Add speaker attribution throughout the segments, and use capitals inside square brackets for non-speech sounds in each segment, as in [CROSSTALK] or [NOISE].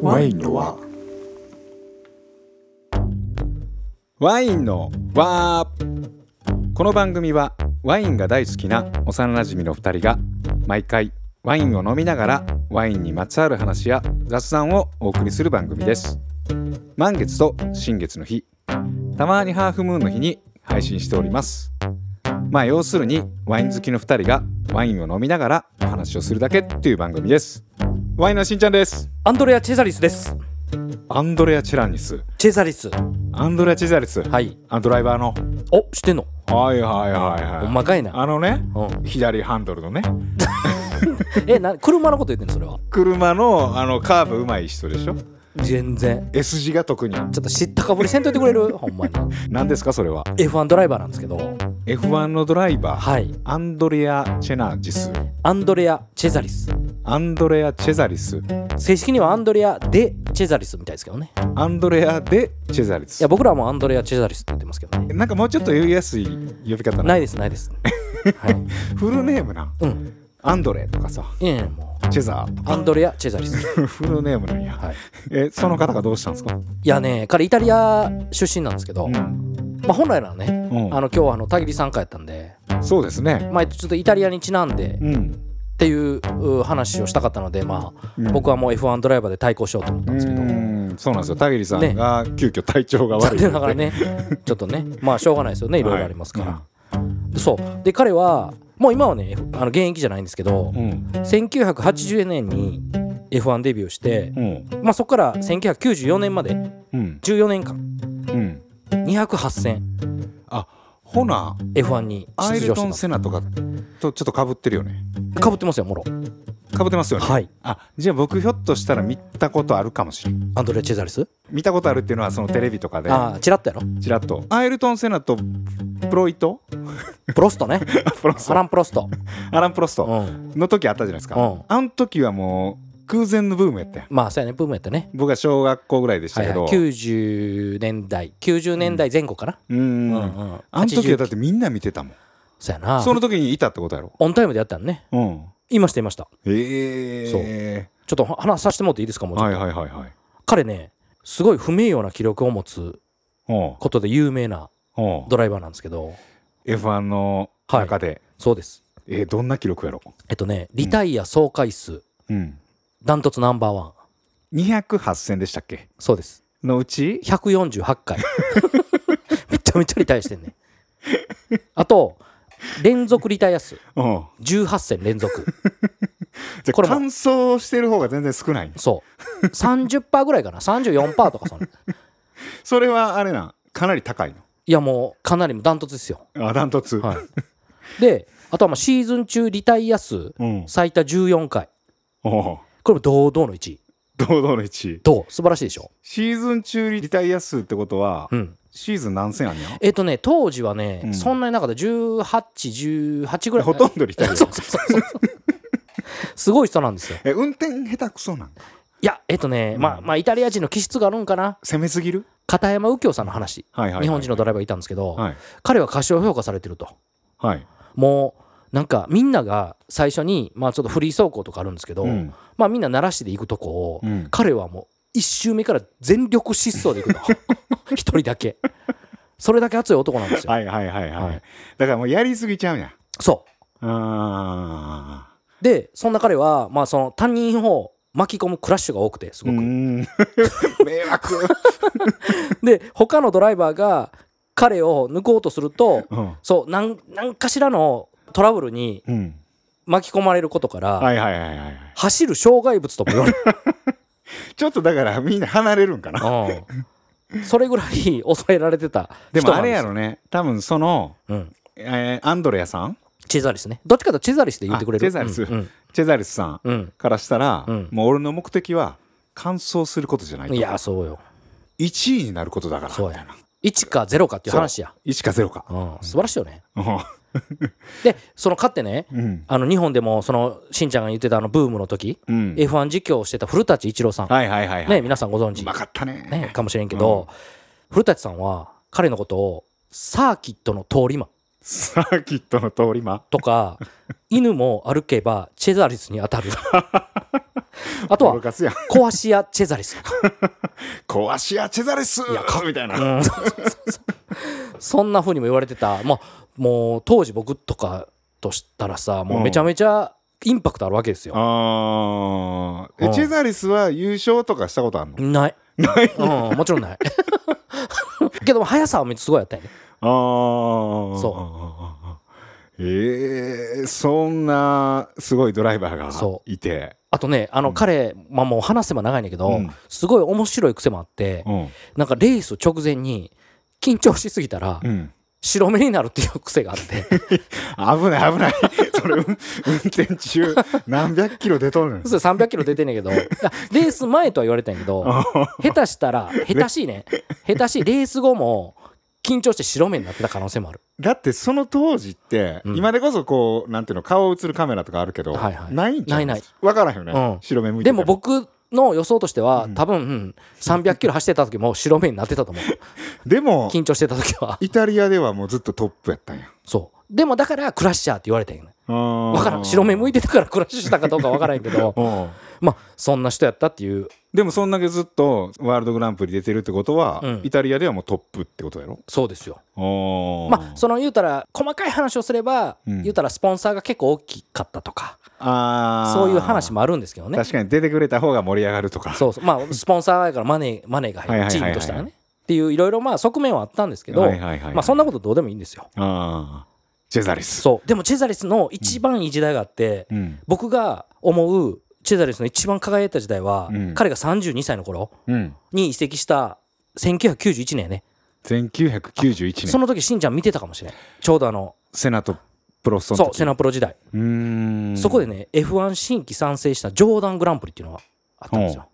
Speaker 1: ワインのは
Speaker 2: ワインのわーこの番組はワインが大好きな幼馴染の2人が毎回ワインを飲みながらワインにまつわる話や雑談をお送りする番組です満月と新月の日たまにハーフムーンの日に配信しておりますまあ要するにワイン好きの2人がワインを飲みながらお話をするだけっていう番組ですワインのしんちゃんです
Speaker 3: アンドレア・チェザリスです。
Speaker 2: アンドレア・チェラニス
Speaker 3: チェザリス。
Speaker 2: アンドレア・チェザリス
Speaker 3: はい。
Speaker 2: あドライバーの
Speaker 3: お、知ってんの
Speaker 2: はいはいはいはい
Speaker 3: おまかいな。
Speaker 2: あのね
Speaker 3: うん、
Speaker 2: 左ハンドルのね
Speaker 3: え、な、車のこと言ってんのそれは。
Speaker 2: 車のあのカーブうまい人でしょ
Speaker 3: 全然。
Speaker 2: S 字が特に
Speaker 3: ちょっと知ったかぶりせんといてくれ [LAUGHS] るほんまに。
Speaker 2: 何ですかそれは
Speaker 3: F1 ドライバーなんですけど、
Speaker 2: F1 のドライバー
Speaker 3: はい。
Speaker 2: アンドレア・チェナジス
Speaker 3: アンドレア・チェザリス。
Speaker 2: アンドレア・チェザリス
Speaker 3: 正式にはアンドレア・デ・チェザリスみたいですけどね。
Speaker 2: アンドレア・でチェザリ
Speaker 3: い
Speaker 2: ス
Speaker 3: や、僕らはもうアンドレア・チェザリスって言ってますけどね。
Speaker 2: なんかもうちょっと言いやすい呼び方
Speaker 3: ないいです、ないです。はい。
Speaker 2: フルネームな
Speaker 3: うん。
Speaker 2: アンドレとかさ
Speaker 3: いやいや、も
Speaker 2: チェザーと
Speaker 3: う。アンドレア・チェザリス。
Speaker 2: かフルネーム [LAUGHS] なんや、
Speaker 3: はい
Speaker 2: えその方がどうしたんですか
Speaker 3: いやね、彼イタリア出身なんですけど、
Speaker 2: う
Speaker 3: ま
Speaker 2: ん、
Speaker 3: あ本来ならね、
Speaker 2: うん
Speaker 3: あの今日はあの、たぎり参加やったんで、
Speaker 2: そうですね
Speaker 3: まあちょっとイタリアにちなんで、
Speaker 2: うん
Speaker 3: っていうう話をしたかったので、まあ
Speaker 2: うん
Speaker 3: 僕はもう F1 ドライバーで対抗しようと思ったんですけど。
Speaker 2: うんそうなんですよ田切さんが急遽体調が悪いの
Speaker 3: 残
Speaker 2: で
Speaker 3: 念なが
Speaker 2: [LAUGHS]
Speaker 3: らねちょっとねまあしょうがないですよねいろいろありますから、そうで彼はもう今はねあの現役じゃないんですけど、
Speaker 2: うん
Speaker 3: 1980年に F1 デビューして、
Speaker 2: うん
Speaker 3: まあ、そこから1994年まで
Speaker 2: うん
Speaker 3: 14年間
Speaker 2: うん
Speaker 3: 208戦
Speaker 2: あほな
Speaker 3: F1 に
Speaker 2: アイ
Speaker 3: 出
Speaker 2: ル
Speaker 3: 場
Speaker 2: トン・
Speaker 3: して
Speaker 2: セナとかとちょっとかぶってるよね
Speaker 3: たかぶってますよもろ
Speaker 2: かぶってますよね
Speaker 3: はい
Speaker 2: あじゃあ僕ひょっとしたら見たことあるかもしれん
Speaker 3: アンドレ・チェザリス
Speaker 2: 見たことあるっていうのはそのテレビとかで
Speaker 3: ああチラッとやろ
Speaker 2: ちらっとアイルトン・セナとプロイト
Speaker 3: プロストね
Speaker 2: [LAUGHS] プロス
Speaker 3: ア
Speaker 2: ト
Speaker 3: ラン・プロス
Speaker 2: [LAUGHS]
Speaker 3: ト、
Speaker 2: アラン・プロス
Speaker 3: う
Speaker 2: ト
Speaker 3: ん、
Speaker 2: の時あったじゃないですか、
Speaker 3: うん
Speaker 2: あの時はもう空前のブームやったやん
Speaker 3: まあそうやねブームやったね
Speaker 2: 僕は小学校ぐらいでした
Speaker 3: はい
Speaker 2: け
Speaker 3: はい、
Speaker 2: ど、
Speaker 3: 90年代90年代前後かな、
Speaker 2: うー
Speaker 3: うんんうん
Speaker 2: あの時はだっ
Speaker 3: 80
Speaker 2: てみんな見てたもん
Speaker 3: そうやな
Speaker 2: その時にいたってことやろ
Speaker 3: オンタイムでやったのね
Speaker 2: うん
Speaker 3: いましたいました
Speaker 2: ええ
Speaker 3: ちょっと話させてもらっていいですかもうちょ
Speaker 2: は
Speaker 3: っと
Speaker 2: いはいはいはい
Speaker 3: 彼ねすごい不名誉な記録を持つ
Speaker 2: お
Speaker 3: ことで有名な
Speaker 2: うおう
Speaker 3: ドライバーなんですけど
Speaker 2: F1 の中で、
Speaker 3: そうです
Speaker 2: えーどんな記録やろ
Speaker 3: えっとねリタイア総回数
Speaker 2: うん
Speaker 3: ダントツナンバーワン
Speaker 2: 208戦でしたっけ
Speaker 3: そうです
Speaker 2: のうち
Speaker 3: 148回 [LAUGHS] めちゃめちゃリタイアしてんねあと連続リタイア数
Speaker 2: うん
Speaker 3: 18戦連続
Speaker 2: じゃあ
Speaker 3: これも
Speaker 2: 乾燥してる方が全然少ない
Speaker 3: そう30%ぐらいかな34%とかその
Speaker 2: それはあれなんかなり高い
Speaker 3: いやもうかなりもダントツですよ。
Speaker 2: のあダントツ、
Speaker 3: はい、 [LAUGHS] であとはまあシーズン中リタイア数
Speaker 2: うん
Speaker 3: 最多14回
Speaker 2: おう
Speaker 3: これも堂々の1位
Speaker 2: 堂々の1位
Speaker 3: どう素晴らしいでしょ、
Speaker 2: シーズン中リタイア数ってことは、
Speaker 3: うん、
Speaker 2: シーズン何戦あんねや
Speaker 3: えっ、とね当時はね、
Speaker 2: うん
Speaker 3: そんなになかった1818ぐらい
Speaker 2: ほとんどリタイア
Speaker 3: [LAUGHS] そうそうそうそうすごい人なんですよ
Speaker 2: え運転下手くそなんか
Speaker 3: いやえっ、とね、まあまあイタリア人の気質があるんかな
Speaker 2: 攻めすぎる
Speaker 3: 片山右京さんの話
Speaker 2: はいはいはい
Speaker 3: 日本人のドライバーいたんですけど、
Speaker 2: はい
Speaker 3: 彼は過小評価されてると
Speaker 2: はい
Speaker 3: もうなんかみんなが最初にまあちょっとフリー走行とかあるんですけど、
Speaker 2: うん
Speaker 3: まあみんな奈良市で行くとこを、
Speaker 2: うん
Speaker 3: 彼はもう1周目から全力疾走で行く
Speaker 2: [LAUGHS]
Speaker 3: と一人だけそれだけ熱い男なんですよ、
Speaker 2: はいはいはいはい、
Speaker 3: はい
Speaker 2: だからもうやりすぎちゃうやん
Speaker 3: そ
Speaker 2: あ
Speaker 3: うでそんな彼はまあその他人を巻き込むクラッシュが多くてす
Speaker 2: ーう
Speaker 3: ごく、
Speaker 2: ん [LAUGHS] 迷惑、
Speaker 3: で他のドライバーが彼を抜こうとすると
Speaker 2: うん
Speaker 3: そうなんなんかしらのトラブルに
Speaker 2: うん、
Speaker 3: 巻き込まれることから、
Speaker 2: はいはいはいはいはい
Speaker 3: 走る障害物とも言われる、
Speaker 2: ちょっとだからみんな離れるんかな [LAUGHS]
Speaker 3: うんそれぐらい抑えられてた
Speaker 2: で
Speaker 3: 人
Speaker 2: も
Speaker 3: な
Speaker 2: あ
Speaker 3: ん
Speaker 2: れ
Speaker 3: です
Speaker 2: や
Speaker 3: よ
Speaker 2: ろね多分その、
Speaker 3: うん、
Speaker 2: えーアンドレアさん
Speaker 3: チェザリスねどっちかというとチェザリスで言ってくれる
Speaker 2: あチェザリス
Speaker 3: うん
Speaker 2: チェザリスさん
Speaker 3: うん、
Speaker 2: からしたら、
Speaker 3: うん
Speaker 2: もう俺の目的は完走することじゃない
Speaker 3: うん
Speaker 2: と
Speaker 3: いやそうよ
Speaker 2: 1位になることだから
Speaker 3: そう
Speaker 2: み
Speaker 3: や
Speaker 2: たいな
Speaker 3: 1か0かっていう話や。
Speaker 2: 1か0か
Speaker 3: うん、素晴らしいよね。
Speaker 2: う
Speaker 3: で、その勝ってね、
Speaker 2: ん
Speaker 3: あの日本でもそのしんちゃんが言ってたあのブームの時、
Speaker 2: うん、
Speaker 3: F1 実況をしてた古舘一郎さん、
Speaker 2: はいはいはいはい、
Speaker 3: ね、皆さんご存
Speaker 2: う
Speaker 3: 知、
Speaker 2: まかったね
Speaker 3: ね、かもしれんけど、古舘さんは彼のことをサーキットの通り魔
Speaker 2: サーキットの通り魔 [LAUGHS]
Speaker 3: とか、犬も歩けばチェザリスに当たるあとは
Speaker 2: ボロカスやん
Speaker 3: コアシア・チェザリスとか、
Speaker 2: コアシアチェザレス
Speaker 3: いや
Speaker 2: みたいな、
Speaker 3: そうそうそうそんな風にも言われてた、まあ、もう当時僕とかとしたらさもうめちゃめちゃインパクトあるわけですよ。
Speaker 2: あーえ
Speaker 3: うん
Speaker 2: チェザリスは優勝とかしたことあるの
Speaker 3: ない。うん、もちろんない。 [LAUGHS] けども速さはめっちゃすごいやったよね。
Speaker 2: ああ
Speaker 3: そう
Speaker 2: うえー、そんなすごいドライバーが
Speaker 3: そ
Speaker 2: いて
Speaker 3: あとね、あ
Speaker 2: う
Speaker 3: の
Speaker 2: ん
Speaker 3: 彼、まあもう話せば長いんだけど、
Speaker 2: うん
Speaker 3: すごい面白い癖もあって、
Speaker 2: うん
Speaker 3: なんかレース直前に緊張しすぎたら、
Speaker 2: うん
Speaker 3: 白目になるっていう癖があって、
Speaker 2: 危ない危ない [LAUGHS] それ運転中何百キロ出とるん
Speaker 3: [LAUGHS] それ300キロ出てんねんけ
Speaker 2: [LAUGHS]
Speaker 3: ど、いやレース前とは言われてんやけど、下手したら、下手しいね、下手しいレース後も緊張して白目になってた可能性もある。
Speaker 2: だってその当時って、
Speaker 3: うん
Speaker 2: 今でこそこうなんていうの顔映るカメラとかあるけど、
Speaker 3: はいはい
Speaker 2: ないんちゃう
Speaker 3: ないない
Speaker 2: 分からへんよね、
Speaker 3: うん
Speaker 2: 白目向いて
Speaker 3: で
Speaker 2: て
Speaker 3: も僕の予想としては、
Speaker 2: うん
Speaker 3: 多分、うん300キロ走ってた時も白目になってたと思
Speaker 2: [LAUGHS]
Speaker 3: う。
Speaker 2: でも
Speaker 3: 緊張してた時は。
Speaker 2: イタリアではもうずっとトップやったんや
Speaker 3: そう。でもだからクラッシャーって言われてんよね。
Speaker 2: わ
Speaker 3: わからん。白目向い
Speaker 2: て、
Speaker 3: てたからクラッシュしたかどうかわからんけど
Speaker 2: [LAUGHS]
Speaker 3: まあ、そんな人やったっていう、
Speaker 2: でもそんだけずっとワールドグランプリ出てるってことは、
Speaker 3: うん
Speaker 2: イタリアではもうトップってことやろ
Speaker 3: そうですよ。ま
Speaker 2: ま
Speaker 3: あ、その言うたら、細かい話をすれば、
Speaker 2: うん
Speaker 3: 言うたらスポンサーが結構大きかったとか、
Speaker 2: あー
Speaker 3: そういう話もあるんですけどね。
Speaker 2: 確かに出てくれた方が盛り上がるとか
Speaker 3: そうそう。まあ、スポンサーやからマネー、マネーが
Speaker 2: はい
Speaker 3: 入
Speaker 2: は
Speaker 3: る、
Speaker 2: いはい
Speaker 3: チ
Speaker 2: は
Speaker 3: ー
Speaker 2: い
Speaker 3: ムとしてはね。っていう、いろいろまあ、側面はあったんですけど、
Speaker 2: はいはいはい
Speaker 3: まあ、そんなこととどうでもいいんですよ。
Speaker 2: あージェザリス
Speaker 3: そう。でも、チェザリスの一番いい時代があって、
Speaker 2: うん
Speaker 3: 僕が思うチェザリスの一番輝いた時代は、
Speaker 2: うん
Speaker 3: 彼が32歳の頃
Speaker 2: うん
Speaker 3: に移籍した1991年やね。
Speaker 2: 1991
Speaker 3: そ
Speaker 2: 年
Speaker 3: の時しんちゃん見てたかもしれんちょうどあの
Speaker 2: セナとプロストンの
Speaker 3: そう
Speaker 2: 時
Speaker 3: セナプロ時代、
Speaker 2: うーん
Speaker 3: そこでね F1 新規参戦したジョーダングランプリっていうのがあったんですよ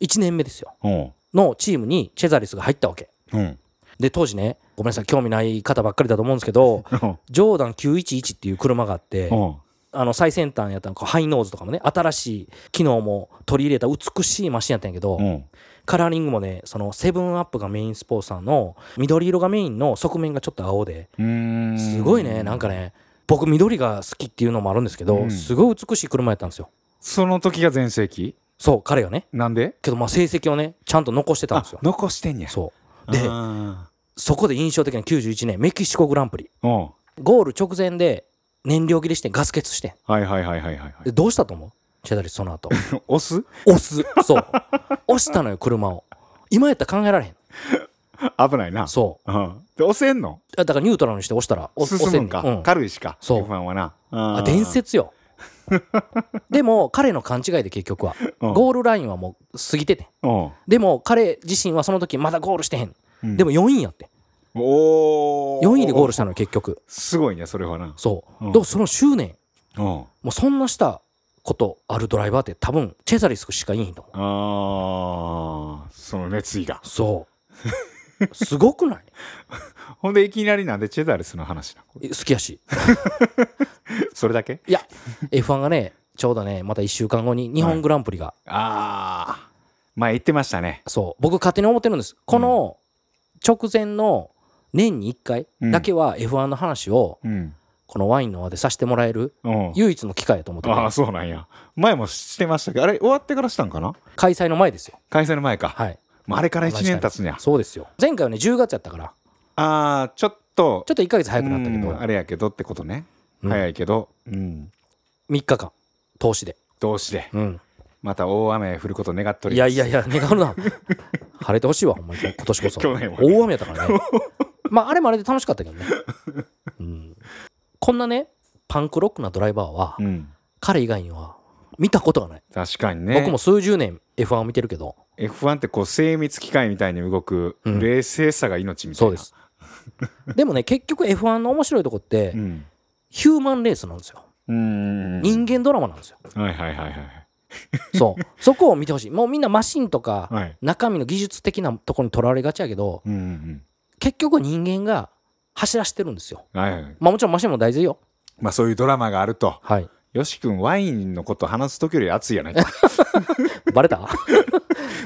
Speaker 3: 1年目ですよ
Speaker 2: うん
Speaker 3: のチームにチェザリスが入ったわけ
Speaker 2: うん
Speaker 3: で当時ねごめんなさい興味ない方ばっかりだと思うんですけど
Speaker 2: うん
Speaker 3: ジョーダン911っていう車があって
Speaker 2: うん
Speaker 3: あの最先端やったのこうハイノーズとかもね新しい機能も取り入れた美しいマシンやったんやけど、
Speaker 2: うん
Speaker 3: カラーリングもねそのセブンアップがメインスポーツさんの緑色がメインの側面がちょっと青で
Speaker 2: うーん
Speaker 3: すごいねなんかね僕緑が好きっていうのもあるんですけど、
Speaker 2: うん
Speaker 3: すごい美しい車やったんですよ
Speaker 2: その時が全盛期
Speaker 3: そう彼がね
Speaker 2: なんで
Speaker 3: けどまあ成績をねちゃんと残してたんですよ
Speaker 2: あ残してんや
Speaker 3: そうで
Speaker 2: あ
Speaker 3: そこで印象的な91年メキシコグランプリ
Speaker 2: ーうん
Speaker 3: ゴール直前で燃料切れしてガス欠して
Speaker 2: はいはいはいはいはいはい
Speaker 3: でどうしたと思うチェダリスその後
Speaker 2: 押す
Speaker 3: 押すそう押したのよ車を今やったら考えられへん
Speaker 2: 危ないな
Speaker 3: そ
Speaker 2: うんで押せんの
Speaker 3: うだからニュートラルにして押したらお押
Speaker 2: 進
Speaker 3: せ
Speaker 2: む
Speaker 3: ん
Speaker 2: んか、
Speaker 3: ねん
Speaker 2: 軽いしか
Speaker 3: そう
Speaker 2: F1 はな
Speaker 3: あ
Speaker 2: あ
Speaker 3: 伝説
Speaker 2: [LAUGHS]
Speaker 3: よでも彼の勘違いで結局は
Speaker 2: ゴ
Speaker 3: ゴールラインはもう過ぎてて
Speaker 2: ー
Speaker 3: でも彼自身はその時まだゴールしてへん。
Speaker 2: ル
Speaker 3: でも4位やって。
Speaker 2: お
Speaker 3: 4位でゴールしたたのよ結局。
Speaker 2: すごいねそれはな
Speaker 3: そう。
Speaker 2: うん
Speaker 3: でもその執念、
Speaker 2: うん
Speaker 3: もうそんなしたことあるドライバーって多分チェザリスしかいいんと思
Speaker 2: あーその熱意が
Speaker 3: う。そう。すごくない [LAUGHS]
Speaker 2: ほんでいきなりなんでチェザレスの話なの
Speaker 3: え好きやし。
Speaker 2: それだけ
Speaker 3: いや、F1 がね、ちょうどね、また1週間後に日本グランプリが、
Speaker 2: ああ前言ってましたね
Speaker 3: そう、僕勝手に思ってるんです。この直前の年に1回だけは F1 の話を
Speaker 2: うん
Speaker 3: このワインの輪でさせてもらえる
Speaker 2: うん
Speaker 3: 唯一の機会やと思ってて、
Speaker 2: ああそうなんや前もしてましたけどあれ終わってからしたんかな
Speaker 3: 開催の前ですよ。
Speaker 2: 開催の前か、
Speaker 3: はい。
Speaker 2: まあ、あれから1年経つにゃ
Speaker 3: そうですよ前回はね10月やったから
Speaker 2: ああちょっと
Speaker 3: ちょっと1か月早くなったけ
Speaker 2: うん
Speaker 3: ど
Speaker 2: あれやけどってことね、
Speaker 3: うん
Speaker 2: 早いけど、うん、
Speaker 3: 3日間投資で、
Speaker 2: 同志で
Speaker 3: うん、
Speaker 2: また大雨降ることを願っとり
Speaker 3: いやいやいや願うな
Speaker 2: [LAUGHS]
Speaker 3: 晴れてほしいわほんまに今年こそ
Speaker 2: 去年はね
Speaker 3: 大雨やったからねまああれもあれで楽しかったけどね、うん、こんなねパンクロックなドライバーは、
Speaker 2: うん、
Speaker 3: 彼以外には見たことがない、
Speaker 2: 確かにね
Speaker 3: 僕も数十年 F1 を見てるけど
Speaker 2: F1 ってこう精密機械みたいに動く、
Speaker 3: うん
Speaker 2: 冷静さが命みたい
Speaker 3: そう
Speaker 2: な [LAUGHS]
Speaker 3: ですでもね結局 F1 の面白いとこって、
Speaker 2: うん
Speaker 3: ヒューマンレースなんですよ
Speaker 2: うん
Speaker 3: 人間ドラマなんですよ、
Speaker 2: はいはいはいはい [LAUGHS]
Speaker 3: そうそこを見てほしいもうみんなマシンとか、
Speaker 2: はい
Speaker 3: 中身の技術的なところにとらわれがちやけど
Speaker 2: うんうん
Speaker 3: 結局人間が走らしてるんですよ
Speaker 2: うんはいはい
Speaker 3: まあもちろんマシンも大事よ
Speaker 2: まあそういうドラマがあると
Speaker 3: はい
Speaker 2: よし君ワインのこと話す時より熱いやないか
Speaker 3: バ
Speaker 2: [LAUGHS]
Speaker 3: レた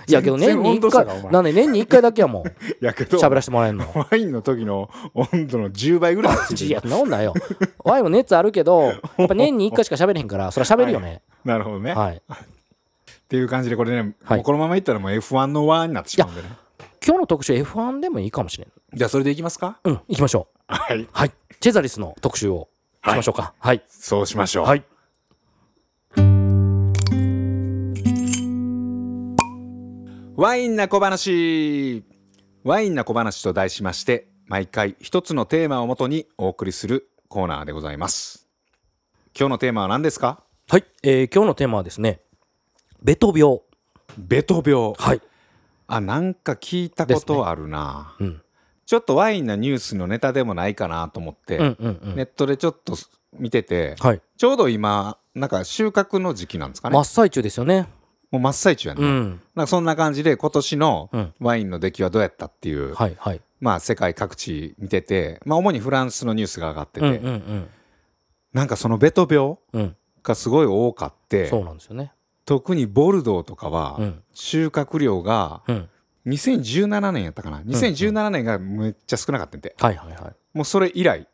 Speaker 3: いやけど年
Speaker 2: 全然
Speaker 3: に
Speaker 2: 温度
Speaker 3: 1
Speaker 2: 差がお
Speaker 3: 回
Speaker 2: 前
Speaker 3: なんで年に1回だけ
Speaker 2: [LAUGHS]
Speaker 3: やもん
Speaker 2: やけど
Speaker 3: 喋らせてもらえん
Speaker 2: [LAUGHS]
Speaker 3: の
Speaker 2: ワインの時の温度の10倍ぐらい熱い
Speaker 3: いやなんだよワインも熱あるけどやっぱ年に1回しか喋れへんからそれは喋るよね
Speaker 2: なるほどね、
Speaker 3: はい
Speaker 2: っていう感じでこれね、
Speaker 3: はい
Speaker 2: もうこのままいったらもう F1 の輪になってしまうんでね
Speaker 3: 今日の特集 F1 でもいいかもしれない。
Speaker 2: じゃあそれでいきますか
Speaker 3: うん、行きましょう。
Speaker 2: はい
Speaker 3: はい。チェザリスの特集をしましょうか。はい。
Speaker 2: そうしましょう、
Speaker 3: はい。
Speaker 2: ワインな小話ワインな小話と題しまして毎回一つのテーマをもとにお送りするコーナーでございます今日のテーマは何ですか
Speaker 3: はい。えー今日のテーマはですね、ベト病。
Speaker 2: ベト病
Speaker 3: はい。
Speaker 2: あなんか聞いたことあるな、
Speaker 3: うん。
Speaker 2: ちょっとワインなニュースのネタでもないかなと思って、
Speaker 3: うんうんうん。
Speaker 2: ネットでちょっと見てて
Speaker 3: はい。
Speaker 2: ちょうど今なんか収穫の時期なんですかね
Speaker 3: 真っ最中ですよね。
Speaker 2: もう真っ最中やね、
Speaker 3: うん。
Speaker 2: なんかそんな感じで今年の
Speaker 3: うん。
Speaker 2: ワインの出来はどうやったっていう、
Speaker 3: はいはい。
Speaker 2: まあ世界各地見てて、まあ、主にフランスのニュースが上がって
Speaker 3: う
Speaker 2: て、
Speaker 3: んうん
Speaker 2: なんかそのベト病
Speaker 3: うん。うん。
Speaker 2: がすごい多かって
Speaker 3: そうなんですよね。
Speaker 2: 特にボルドーとか
Speaker 3: う
Speaker 2: は
Speaker 3: ん。
Speaker 2: 収穫量が
Speaker 3: うん。
Speaker 2: 2017年やったかな2017年がめっちゃ少なかったんで
Speaker 3: はいはいはい。
Speaker 2: もうそれ以来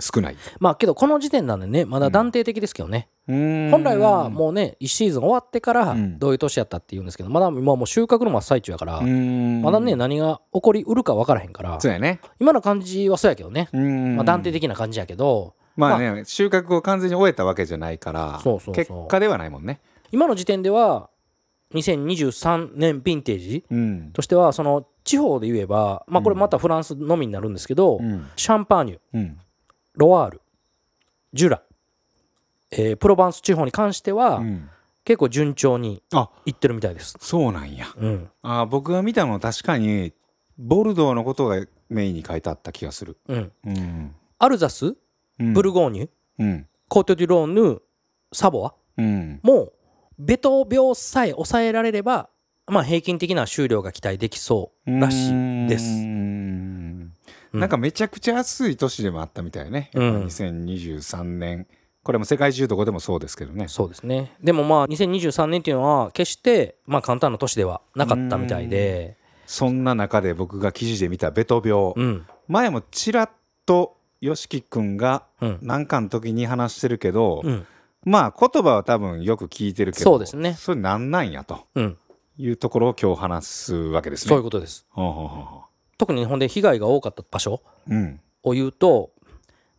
Speaker 2: 少ない
Speaker 3: まあけどこの時点なんでねまだ断定的ですけどね、
Speaker 2: 本
Speaker 3: 本来はもうね1シーズン終わってから
Speaker 2: うん
Speaker 3: どういう年やったっていうんですけどまだ今もう収穫の真っ最中やから、
Speaker 2: ん
Speaker 3: まだね何が起こりうるか分からへんから
Speaker 2: そうやね
Speaker 3: 今の感じはそうやけどね、
Speaker 2: うん
Speaker 3: まあ、断定的な感じやけど
Speaker 2: まあね収穫を完全に終えたわけじゃないから
Speaker 3: そうそうそう
Speaker 2: 結果ではないもんね
Speaker 3: 今の時点では2023年ヴィンテージ
Speaker 2: うん
Speaker 3: としてはその地方で言えばまあこれまたフランスのみになるんですけど、
Speaker 2: うん
Speaker 3: シャンパーニュ
Speaker 2: うん
Speaker 3: ロワールジュラ、えープロバンス地方に関しては、
Speaker 2: うん
Speaker 3: 結構順調に
Speaker 2: あ
Speaker 3: いってるみたいです。
Speaker 2: そうなんや
Speaker 3: うん
Speaker 2: あー僕が見たのは確かにボルドーのことがメインに書いてあった気がする
Speaker 3: うん、
Speaker 2: うん
Speaker 3: アルザス
Speaker 2: うん
Speaker 3: ブルゴーニュ、
Speaker 2: うん
Speaker 3: コート・デュ・ローヌサボア
Speaker 2: うん
Speaker 3: もベト病さえ抑えられれば、まあ、平均的な収量が期待できそうらしいです。
Speaker 2: うーんなんかめちゃくちゃ暑い年でもあったみたいね、やっぱ
Speaker 3: うん
Speaker 2: 2023年これも世界中どこでもそうですけどね
Speaker 3: そうですねでもまあ2023年っていうのは決してまあ簡単な年ではなかったみたいで
Speaker 2: そんな中で僕が記事で見たベト病、
Speaker 3: うん
Speaker 2: 前もちらっと YOSHIKI 君が
Speaker 3: うん
Speaker 2: 何かの時に話してるけど、
Speaker 3: うん
Speaker 2: まあ言葉は多分よく聞いてるけど
Speaker 3: そうですね
Speaker 2: それなんなんやと
Speaker 3: うん
Speaker 2: いうところを今日話すわけですね。
Speaker 3: そういうことです
Speaker 2: ほうほうほうほ
Speaker 3: 特に日本で被害が多かった場所
Speaker 2: ううん
Speaker 3: を言うと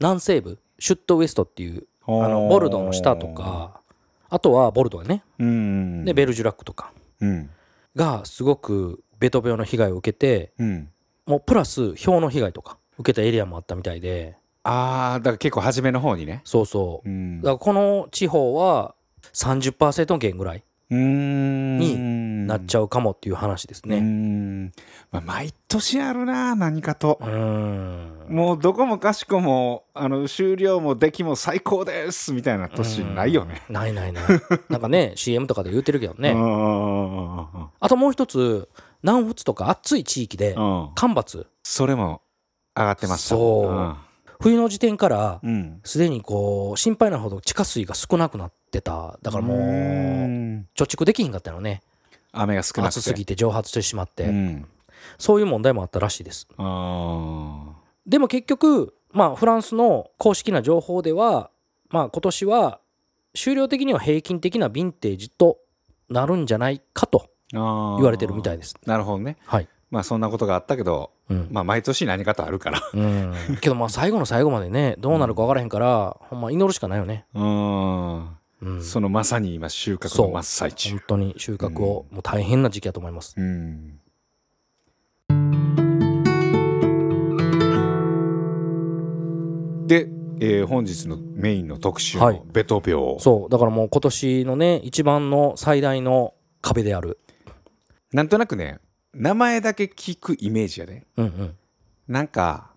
Speaker 3: 南西部シュットウエストっていう
Speaker 2: あ
Speaker 3: あのボルドーの下と、かあとはボルドーね
Speaker 2: うん、
Speaker 3: でベルジュラックとか
Speaker 2: うん
Speaker 3: がすごくベト病の被害を受けて
Speaker 2: うん、
Speaker 3: もうプラス氷の被害とか受けたエリアもあったみたいで
Speaker 2: ああだから結構初めの方にね。
Speaker 3: そうそう
Speaker 2: うん
Speaker 3: だからこの地方は30%減ぐらいう
Speaker 2: ーん
Speaker 3: になっちゃうかもっていう話です
Speaker 2: うー
Speaker 3: ね
Speaker 2: んまあ、毎年あるな何かと
Speaker 3: う、ん
Speaker 2: もうどこもかしこもあの終了も出来も最高ですみたいな年ないよね。
Speaker 3: うんないないないなんかね CM とかで言ってるけど
Speaker 2: う
Speaker 3: ね
Speaker 2: んうんうんうん
Speaker 3: あともう一つ南仏とか暑い地域で
Speaker 2: うんうん
Speaker 3: 干ばつ
Speaker 2: それも上がってました
Speaker 3: そう冬の時点から
Speaker 2: うんうん
Speaker 3: すでにこう心配なほど地下水が少なくなってただからもう
Speaker 2: うーん
Speaker 3: 貯蓄できひんかったのね
Speaker 2: 雨が少なくて
Speaker 3: 暑すぎて蒸発してしまって、
Speaker 2: うん、
Speaker 3: そういう問題もあったらしいです
Speaker 2: あ
Speaker 3: でも結局まあフランスの公式な情報ではまあ今年は終了的には平均的なヴィンテージとなるんじゃないかと
Speaker 2: ーあ
Speaker 3: 言われてるみたい
Speaker 2: で
Speaker 3: です
Speaker 2: すなるほどね
Speaker 3: はい、
Speaker 2: まあそんなことがあったけど
Speaker 3: うん
Speaker 2: まあ毎年何かとあるから
Speaker 3: うんけどまあ最後の最後までねどうなるか分からへんから、ほんま祈るしかないよね、
Speaker 2: うん
Speaker 3: うん、
Speaker 2: そのまさに今収穫の真っ最中
Speaker 3: 本当に収穫をもう大変な時期だと思います、
Speaker 2: うんで、えー本日のメインの特集
Speaker 3: は
Speaker 2: の
Speaker 3: い
Speaker 2: ベト病、
Speaker 3: そうだからもう今年のね一番の最大の壁である、
Speaker 2: なんとなくね名前だけ聞くイメージやで
Speaker 3: うん
Speaker 2: なんか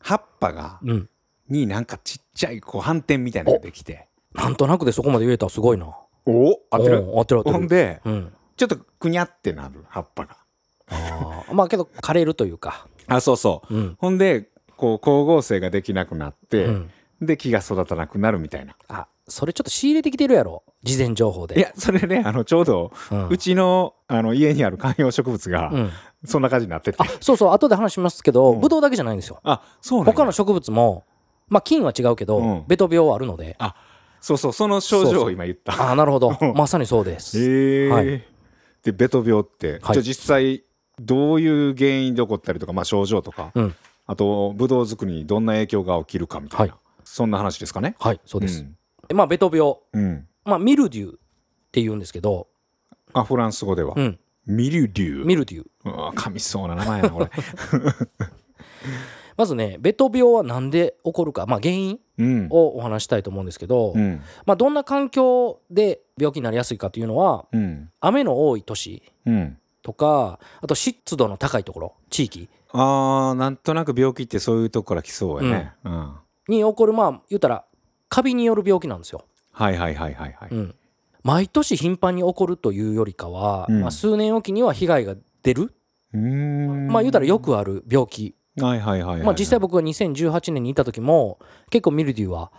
Speaker 2: 葉っぱが
Speaker 3: うんうん、
Speaker 2: になんかちっちゃいこう斑点みたいなのができて
Speaker 3: なんとなくでそこまで言えたらすごいな
Speaker 2: おお合ってる
Speaker 3: うん合ってる合っ
Speaker 2: ほ
Speaker 3: て
Speaker 2: ん
Speaker 3: る、
Speaker 2: で
Speaker 3: うん、
Speaker 2: ちょっとくにゃってなる葉っぱが
Speaker 3: あーまあけど枯れるというか、
Speaker 2: あそうそう
Speaker 3: うん
Speaker 2: ほんでこう光合成ができなくなって、
Speaker 3: うん、
Speaker 2: で木が育たなくなるみたいな
Speaker 3: あそれちょっと仕入れてきてるやろ事前情報で
Speaker 2: いやそれねあのちょうど
Speaker 3: うん
Speaker 2: うちのあの家にある観葉植物
Speaker 3: う
Speaker 2: が
Speaker 3: ん
Speaker 2: そんな感じになってて、
Speaker 3: あそうそう後で話しますけど、
Speaker 2: うん
Speaker 3: ブドウだけじゃないんですよ
Speaker 2: あそうなんや
Speaker 3: 他の植物もまあ菌は違うけど、
Speaker 2: うん
Speaker 3: ベト病はあるので
Speaker 2: あそうそうその症状を今言った
Speaker 3: ああなる [LAUGHS] ほどまさにそうです、
Speaker 2: へえ
Speaker 3: はい
Speaker 2: でベト病って、
Speaker 3: はい
Speaker 2: じゃあ実際どういう原因で起こったりとか、まあ、症状とか、
Speaker 3: うん
Speaker 2: あとブドウ作りにどんな影響が起きるかみたいな、
Speaker 3: は
Speaker 2: そんな話ですかね。
Speaker 3: はいそうです、
Speaker 2: ん
Speaker 3: でまあベト病、
Speaker 2: うん
Speaker 3: まあ、ミルデューって言うんですけど、
Speaker 2: あフランス語では、
Speaker 3: うん、
Speaker 2: ミリュデュー
Speaker 3: ミルデュー
Speaker 2: うわ噛みそうな名前やな
Speaker 3: [LAUGHS]
Speaker 2: これ、
Speaker 3: まずねベト病はなんで起こるか、まあ、原因
Speaker 2: うん
Speaker 3: をお話したいと思うんですけど、
Speaker 2: うん
Speaker 3: まあ、どんな環境で病気になりやすいかというのは
Speaker 2: うん
Speaker 3: 雨の多い都市
Speaker 2: うん、
Speaker 3: とかあと湿度の高いところ地域
Speaker 2: あーなんとなく病気ってそういうとこから来そうやね、うん
Speaker 3: に起こるまあ言ったらカビによる病気なんですよ。
Speaker 2: はいはいはいはいはい、
Speaker 3: うん、毎年頻繁に起こるというよりかは、
Speaker 2: うん
Speaker 3: まあ、数年おきには被害が出る、
Speaker 2: うーん
Speaker 3: まあ言うたらよくある病気、
Speaker 2: はいはいはいはい、
Speaker 3: まあ、実際僕が2018年にいた時も結構ミルデューは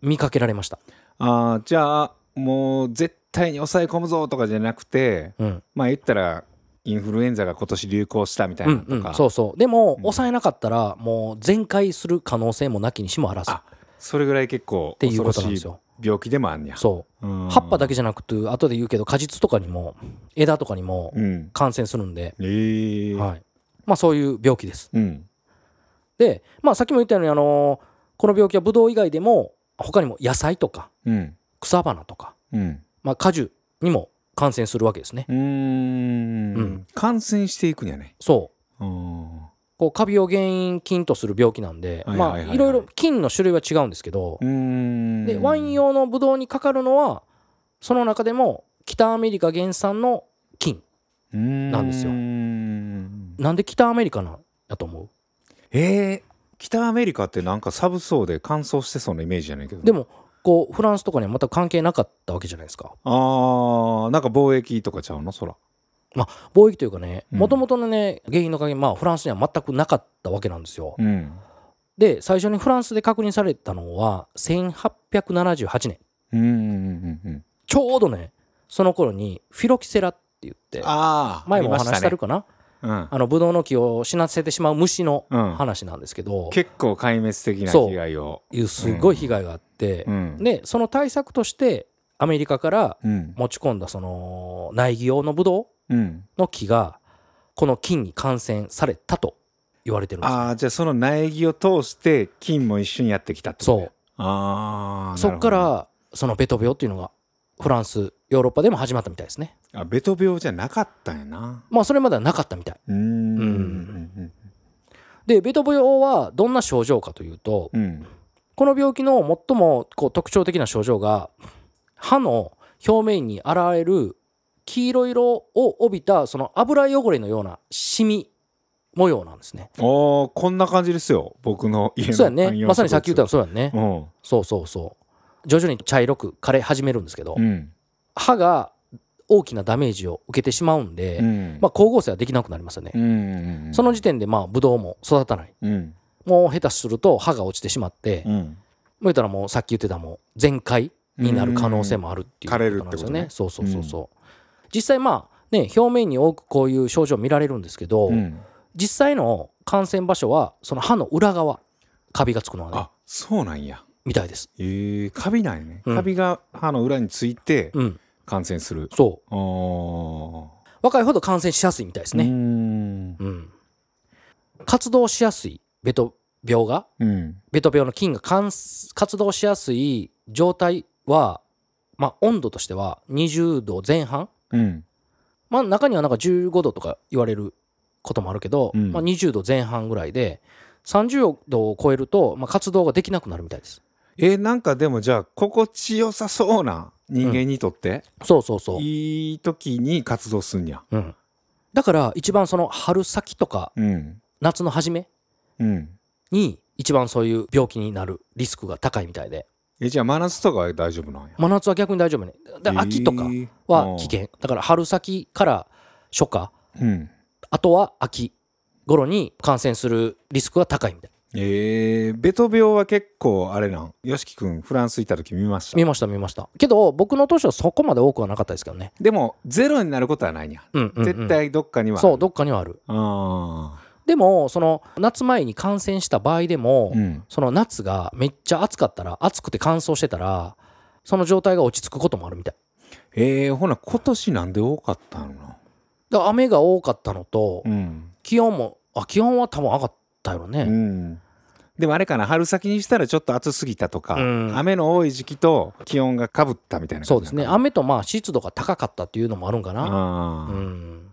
Speaker 3: 見かけられました。
Speaker 2: あーじゃあもう絶対に抑え込むぞとかじゃなくて
Speaker 3: うん
Speaker 2: まあ言ったらインフルエンザが今年流行したみたいうなんのとか、
Speaker 3: うん、そうそうでも、
Speaker 2: うん
Speaker 3: 抑えなかったらもう全開する可能性もなきにしもあらずっ
Speaker 2: あそれぐらい結構
Speaker 3: てい
Speaker 2: 恐
Speaker 3: うこ
Speaker 2: ろ
Speaker 3: とな
Speaker 2: し
Speaker 3: んで
Speaker 2: い
Speaker 3: すよ。
Speaker 2: 病気でもあんねや
Speaker 3: そううん葉っぱだけじゃなくて後で言うけど果実とかにも枝とかにも
Speaker 2: うん
Speaker 3: 感染するんで、
Speaker 2: えー
Speaker 3: はいまあ、そういう病気です。
Speaker 2: うん
Speaker 3: で、まあ、さっきも言ったように、あのこの病気はブドウ以外でも他にも野菜とか
Speaker 2: うん
Speaker 3: 草花とか、
Speaker 2: うん
Speaker 3: まあ、果樹にも感染するわけですね。
Speaker 2: うーん
Speaker 3: うん
Speaker 2: 感染していくんやね
Speaker 3: そう
Speaker 2: うん
Speaker 3: こうカビを原因菌とする病気なんで、
Speaker 2: はい
Speaker 3: ま
Speaker 2: はいは
Speaker 3: あ
Speaker 2: いはい
Speaker 3: いろいろ菌の種類は違うんですけど
Speaker 2: う、ーん
Speaker 3: でワイン用のブドウにかかるのはその中でも北アメリカ原産の菌
Speaker 2: なん
Speaker 3: んですよ
Speaker 2: よ
Speaker 3: なんで北アメリカなんだと思
Speaker 2: えー、北アメリカってなんか寒そうで乾燥してそうなイメージじゃないけど
Speaker 3: うでもこうフランスとかには全く関係なかったわけじゃないですか
Speaker 2: あーなんか貿易とかちゃうのそら
Speaker 3: 貿易というかね
Speaker 2: うん
Speaker 3: もともとのね原因の関係、まあ、フランスには全くなかったわけなんですよ、
Speaker 2: うん
Speaker 3: で最初にフランスで確認されたのは1878年
Speaker 2: うんうんうんうん
Speaker 3: ちょうどねその頃にフィロキセラって言って
Speaker 2: ああ
Speaker 3: 前もお話し
Speaker 2: あ
Speaker 3: た
Speaker 2: り
Speaker 3: るかな
Speaker 2: まし
Speaker 3: あのブドウの木を死なせてしまう虫の
Speaker 2: たねうん、うん、
Speaker 3: 話なんですけど、
Speaker 2: 結構壊滅的な被害を
Speaker 3: いうすごい被害があって
Speaker 2: う、ん
Speaker 3: でその対策としてアメリカから
Speaker 2: うん
Speaker 3: 持ち込んだその苗木用のブドウ
Speaker 2: うん
Speaker 3: の木がこの菌に感染されたと言われてるんですよ
Speaker 2: ああじゃあその苗木を通して菌も一緒にやってきたってこと
Speaker 3: そう
Speaker 2: ああ
Speaker 3: そっからそのベト病っていうのがフランスヨーロッパでも始まったみたいですね
Speaker 2: あベト病じゃなかったんやな
Speaker 3: まあそれまではなかったみたいう
Speaker 2: ーん
Speaker 3: う
Speaker 2: うん
Speaker 3: んでベト病はどんな症状かというと
Speaker 2: うんうん
Speaker 3: この病気の最もこう特徴的な症状が歯の表面に現れる黄色色を帯びたその油汚れのようなシミ模様なんですね
Speaker 2: おーこんな感じですよ僕の家の
Speaker 3: そうやん
Speaker 2: 観葉植
Speaker 3: ね
Speaker 2: 物
Speaker 3: まさにさっき言ったのそうやんね
Speaker 2: うん
Speaker 3: そうそうそう徐々に茶色く枯れ始めるんですけど
Speaker 2: うん
Speaker 3: 歯が大きなダメージを受けてしまうんで、
Speaker 2: うん
Speaker 3: まあ、光合成はできなくなりますよね、
Speaker 2: うんうんうん
Speaker 3: その時点でまあブドウも育たない
Speaker 2: うん
Speaker 3: もう下手すると歯が落ちてしまって、もう
Speaker 2: うん
Speaker 3: 言ったらもうさっき言ってたもう全開になる可能性もあるっていう
Speaker 2: うん枯れる
Speaker 3: ことなんですよ
Speaker 2: ってことね
Speaker 3: ねそうそうそうそう、実際まあね表面に多くこういう症状見られるんですけど、
Speaker 2: うん
Speaker 3: 実際の感染場所はその歯の裏側カビがつくのはね
Speaker 2: あそうなんや
Speaker 3: みたいです
Speaker 2: えー、カビなんやね、
Speaker 3: うん
Speaker 2: カビが歯の裏について
Speaker 3: うん
Speaker 2: 感染する、
Speaker 3: そ
Speaker 2: あー
Speaker 3: う若いほど感染しやすいみたいです
Speaker 2: うー
Speaker 3: ね
Speaker 2: ん
Speaker 3: うん活動しやすいベト病が
Speaker 2: うん
Speaker 3: ベト病の菌が感す活動しやすい状態は、まあ、温度としては20度前半、
Speaker 2: うん
Speaker 3: まあ、中にはなんか15度とか言われることもあるけど、
Speaker 2: うん
Speaker 3: まあ、20度前半ぐらいで30度を超えると、まあ、活動ができなくなるみたいです
Speaker 2: えー、なんかでもじゃあ心地よさそうな人間にとって、
Speaker 3: そうそうそう、
Speaker 2: いい時に活動すんや
Speaker 3: うん、だから一番その春先とか
Speaker 2: うん
Speaker 3: 夏の初め
Speaker 2: うん
Speaker 3: に一番そういう病気になるリスクが高いみたいで
Speaker 2: えじゃあ真夏とかは大丈夫なんや
Speaker 3: 真夏は逆に大丈夫ねだから秋とかは危、
Speaker 2: えー
Speaker 3: 険だから春先から初夏
Speaker 2: あーうん
Speaker 3: あとは秋頃に感染するリスクが高いみたい
Speaker 2: えー、ベト病は結構あれなんよしきくんフランス行った時見ました
Speaker 3: 見ました見ましたけど僕の年はそこまで多くはなかったですけどね、
Speaker 2: でもゼロになることはないんや、
Speaker 3: うんうんうん
Speaker 2: 絶対どっかには
Speaker 3: そうどっかにはある
Speaker 2: あ
Speaker 3: でもその夏前に感染した場合でも、
Speaker 2: ーうん
Speaker 3: その夏がめっちゃ暑かったら暑くて乾燥してたらその状態が落ち着くこともあるみたい
Speaker 2: えー、ほな今年なんで多かったのな
Speaker 3: だから雨が多かったのと、
Speaker 2: うん、
Speaker 3: 気温もあ気温は多分上がったよ
Speaker 2: う
Speaker 3: ね、
Speaker 2: ん、でもあれかな春先にしたらちょっと暑すぎたとか、
Speaker 3: うん
Speaker 2: 雨の多い時期と気温がかぶったみたいな
Speaker 3: そ
Speaker 2: 感
Speaker 3: う
Speaker 2: じ
Speaker 3: で
Speaker 2: なん
Speaker 3: す
Speaker 2: か
Speaker 3: ね
Speaker 2: な
Speaker 3: 雨とまあ湿度が高かったっていうのもあるんかな
Speaker 2: あ
Speaker 3: う
Speaker 2: ー、
Speaker 3: ん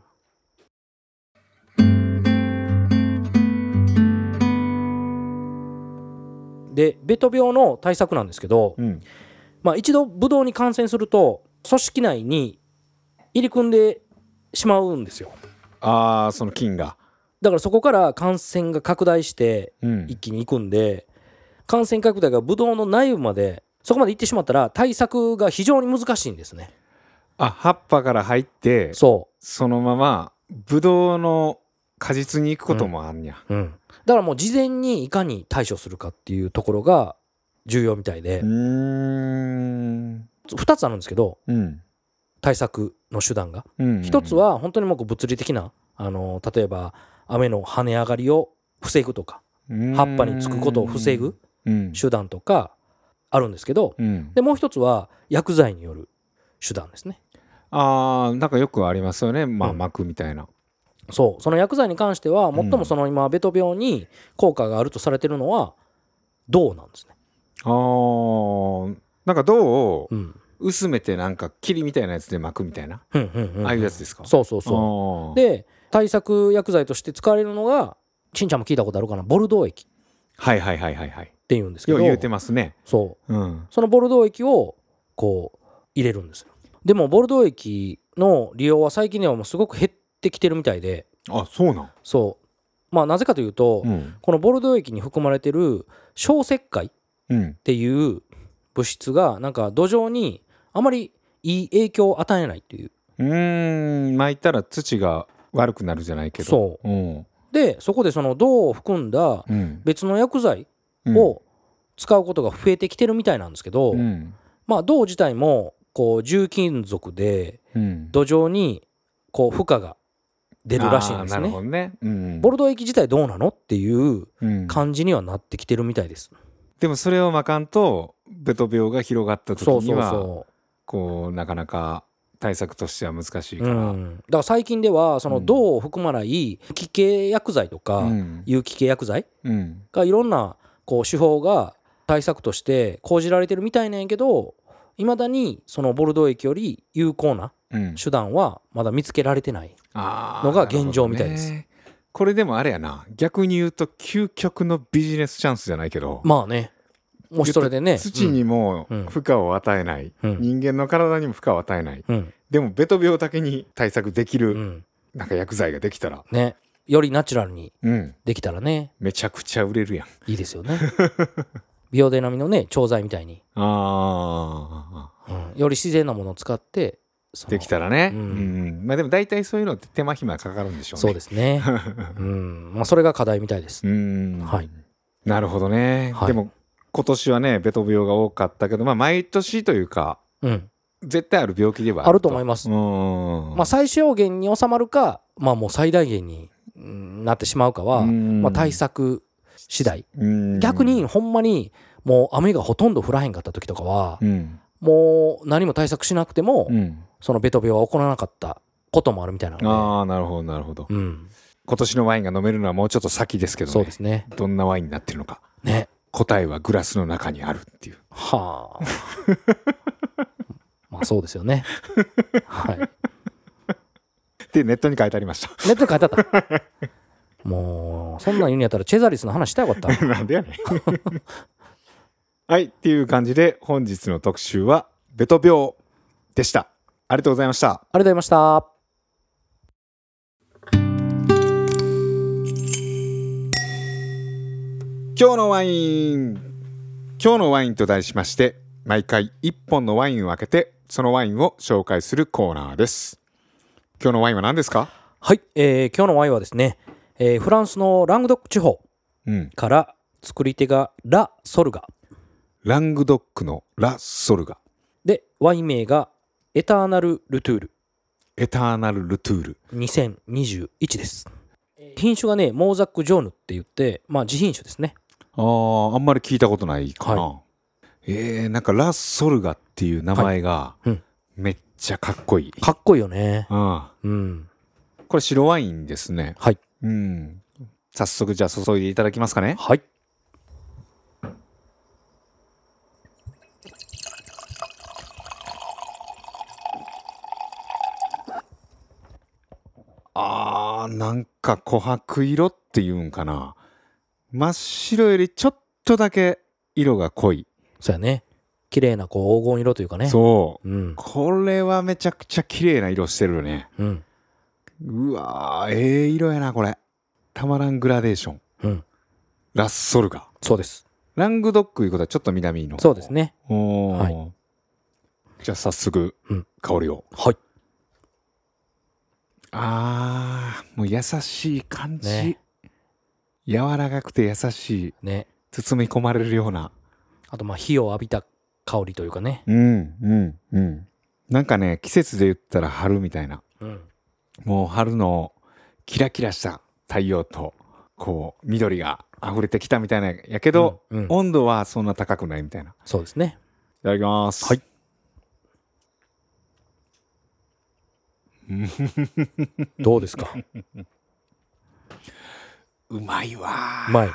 Speaker 3: でベト病の対策なんですけど、
Speaker 2: うん
Speaker 3: まあ、一度ブドウに感染すると組織内に入り組んでしまうんですよ
Speaker 2: あーその菌が、
Speaker 3: だからそこから感染が拡大して
Speaker 2: うん
Speaker 3: 一気に行くんで感染拡大がブドウの内部までそこまで行ってしまったら対策が非常に難しいんですね
Speaker 2: あ葉っぱから入って
Speaker 3: そ
Speaker 2: そのままブドウの果実に行くこともあんや、
Speaker 3: う、うん、だからもう事前にいかに対処するかっていうところが重要みたいで
Speaker 2: うーん
Speaker 3: 2つあるんですけど
Speaker 2: うん
Speaker 3: 対策の手段が
Speaker 2: うん
Speaker 3: 1つは本当にもう物理的なあの例えば雨の跳ね上がりを防ぐとか葉っぱにつくことを防ぐ、
Speaker 2: うん
Speaker 3: 手段とかあるんですけど
Speaker 2: うん
Speaker 3: でもう一つは薬剤による手段ですね
Speaker 2: あーなんかよくありますよねまあ
Speaker 3: うん
Speaker 2: 膜みたいな、
Speaker 3: そうその薬剤に関しては
Speaker 2: ん
Speaker 3: 最もその今ベト病に効果があるとされてるのは銅なんですね、
Speaker 2: あーなんか銅を
Speaker 3: うん、
Speaker 2: 薄めてなんか霧みたいなやつで巻くみたいな、
Speaker 3: ふんふんふん
Speaker 2: ああいうやつですか
Speaker 3: そうそうそ
Speaker 2: そう
Speaker 3: で対策薬剤として使われるのがしんちゃんも聞いたことあるかなボルドー液っ
Speaker 2: はいはいはいはいはい
Speaker 3: ていうんですけ
Speaker 2: よ
Speaker 3: ど
Speaker 2: う言うてますね
Speaker 3: そう
Speaker 2: うん
Speaker 3: そのボルドー液をこう入れるんですよでもボルドー液の利用は最近ではもうすごく減ってきてるみたいで
Speaker 2: あそうなん
Speaker 3: そうまあなぜかというと、
Speaker 2: うん
Speaker 3: このボルドー液に含まれてる小石灰っ
Speaker 2: うん
Speaker 3: ていう物質がなんか土壌にあまりいい影響を与えないっていう
Speaker 2: うーん巻いたら土が悪くなるじゃないけど、
Speaker 3: そう
Speaker 2: ん
Speaker 3: でそこでその銅を含んだ
Speaker 2: うん、
Speaker 3: 別の薬剤
Speaker 2: うん、
Speaker 3: を使うことが増えてきてるみたいなんですけど、
Speaker 2: うん
Speaker 3: まあ銅自体もこう重金属で
Speaker 2: うん、
Speaker 3: 土壌にこう負荷が出るらしいんです
Speaker 2: あーなるほ
Speaker 3: ね。
Speaker 2: どね、うん、
Speaker 3: ボルドー液自体どうなのっていう
Speaker 2: うん
Speaker 3: 感じにはなってきてるみたいです。
Speaker 2: でもそれをまかんとベト病が広がった時
Speaker 3: そう
Speaker 2: に
Speaker 3: そう
Speaker 2: は
Speaker 3: そう。
Speaker 2: こうなかなか対策としては難しいか
Speaker 3: う
Speaker 2: ら、
Speaker 3: ん、だから最近ではその
Speaker 2: うん
Speaker 3: 銅を含まない有機系薬剤と
Speaker 2: う
Speaker 3: か
Speaker 2: ん
Speaker 3: 有機系薬剤
Speaker 2: うん
Speaker 3: がいろんなこう手法が対策として講じられてるみたいなんやけどいまだにそのボルドー液より有効な
Speaker 2: うん、
Speaker 3: 手段はまだ見つけられてない
Speaker 2: あー
Speaker 3: のが現状みたいです
Speaker 2: なるほどねこれでもあれやな逆に言うと究極のビジネスチャンスじゃないけど、
Speaker 3: まあねもしそれでね
Speaker 2: 土にも
Speaker 3: うん
Speaker 2: 負荷を与えない、
Speaker 3: うん
Speaker 2: 人間の体にも負荷を与えない
Speaker 3: うんうん
Speaker 2: でもベト病だけに対策でき
Speaker 3: う
Speaker 2: る
Speaker 3: ん
Speaker 2: なんか薬剤ができたら、
Speaker 3: ねよりナチュラルに
Speaker 2: うん、
Speaker 3: できたらね
Speaker 2: めちゃくちゃ売れるやん。
Speaker 3: いいです
Speaker 2: [LAUGHS]
Speaker 3: よね美容デナミのね調剤みたいに、
Speaker 2: あー
Speaker 3: うんより自然なものを使ってその
Speaker 2: できたらね、
Speaker 3: う
Speaker 2: うんんまあ、でも大体そういうのって手間暇かかるんでしょうね。
Speaker 3: そうですすね。
Speaker 2: [LAUGHS]
Speaker 3: うん、まあそれが課題みたいです。
Speaker 2: ん、
Speaker 3: はい
Speaker 2: なるほどね、
Speaker 3: はい
Speaker 2: でも今年はねベト病が多かったけど、まあ、毎年というか
Speaker 3: うん。
Speaker 2: 絶対ある病気ではある
Speaker 3: あると思います
Speaker 2: うん
Speaker 3: まあ最小限に収まるか、まあもう最大限にうんなってしまうかは、
Speaker 2: うん
Speaker 3: まあ対策次第。
Speaker 2: うん
Speaker 3: 逆にほんまにもう雨がほとんど降らへんかった時とかは
Speaker 2: う、ん
Speaker 3: もう何も対策しなくても
Speaker 2: う、ん、
Speaker 3: そのベト病は起こらなかったこともあるみたいなの
Speaker 2: ああなるほどなるほど
Speaker 3: で。うん。
Speaker 2: 今年のワインが飲めるのはもうちょっと先ですけど、ね、
Speaker 3: そうですね。
Speaker 2: どんなワインになってるのか
Speaker 3: ね。
Speaker 2: 答えはグラスの中にあるっていう
Speaker 3: はあ。まあそう [LAUGHS] ですよね。はい。
Speaker 2: でネットに書いてありまし
Speaker 3: ネットに書いてあった。もう、そんなん言うんやったら、チェザリスの話したらよかっ
Speaker 2: [LAUGHS]
Speaker 3: た
Speaker 2: なんでやねんはいっていう感じで本日の特集はベト病でしたありがとうございました
Speaker 3: ありがとうございました。
Speaker 2: 今日のワイン今日のワインと題しまして毎回1本のワインを開けてそのワインを紹介するコーナーです今日のワインは何ですか
Speaker 3: はい、えー今日のワインはですね、えーフランスのラングドック地方
Speaker 2: うん
Speaker 3: から作り手がラ・ソルガ
Speaker 2: ラングドックのラ・ソルガ
Speaker 3: で、ワイン名がエターナル・ルトゥール
Speaker 2: エターナル・ルトゥール
Speaker 3: 2021です。品種がね、モーザック・ジョーヌって言って、まあ自品種ですね。
Speaker 2: あーあんまり聞いたことないかな、
Speaker 3: は
Speaker 2: えー、なんかラ・ソルガっていう名前が
Speaker 3: いうん
Speaker 2: めっちゃかっこいい、
Speaker 3: かっこいいよね。
Speaker 2: あ
Speaker 3: うん。
Speaker 2: あこれ白ワインですね
Speaker 3: はい。
Speaker 2: うん早速じゃあ注いでいただきますかね
Speaker 3: はい。
Speaker 2: あーなんか琥珀色っていうんかな真っ白よりちょっとだけ色が濃い、
Speaker 3: そうやね。綺麗なこう黄金色というかね。。
Speaker 2: そう
Speaker 3: うん。
Speaker 2: これはめちゃくちゃ綺麗な色してるよね
Speaker 3: うん。
Speaker 2: うわーええ色やなこれたまらんグラデーション
Speaker 3: うん。
Speaker 2: ラッソルガ
Speaker 3: そうです。
Speaker 2: ラングドックいうことはちょっと南の方
Speaker 3: そうですね。
Speaker 2: おー
Speaker 3: はい
Speaker 2: じゃあ早速
Speaker 3: うん
Speaker 2: 香りを、
Speaker 3: はい。
Speaker 2: あーもう優しい感じ、
Speaker 3: ね
Speaker 2: 柔らかくて優しい
Speaker 3: ね。
Speaker 2: 包み込まれるような
Speaker 3: あと、まあ、火を浴びた香りというかね。
Speaker 2: うんうんうんなんかね季節で言ったら春みたいな
Speaker 3: うん。
Speaker 2: もう春のキラキラした太陽とこう緑が溢れてきたみたいなんやけど、
Speaker 3: うん、うん
Speaker 2: 温度はそんな高くないみたいない
Speaker 3: そうですね。
Speaker 2: ただきます
Speaker 3: はい
Speaker 2: うん
Speaker 3: どうですか
Speaker 2: うまいわ
Speaker 3: うまい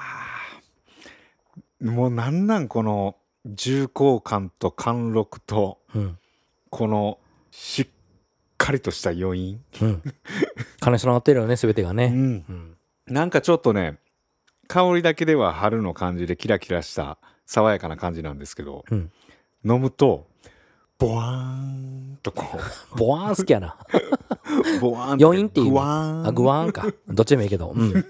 Speaker 2: もうなんなんこの重厚感と貫禄と
Speaker 3: うん。
Speaker 2: このしっかりとした余韻、
Speaker 3: うん。金備わってるよね、すべてが
Speaker 2: う
Speaker 3: ね。
Speaker 2: ん、
Speaker 3: うん。
Speaker 2: なんかちょっとね香りだけでは春の感じでキラキラした爽やかな感じなんですけど、
Speaker 3: うん
Speaker 2: 飲むとボワーンとこう
Speaker 3: ボワーン好きやな。
Speaker 2: ボワーン
Speaker 3: 余韻っていう
Speaker 2: グワーン
Speaker 3: あ、グワーンか。どっちでもいいけど。うん。
Speaker 2: っ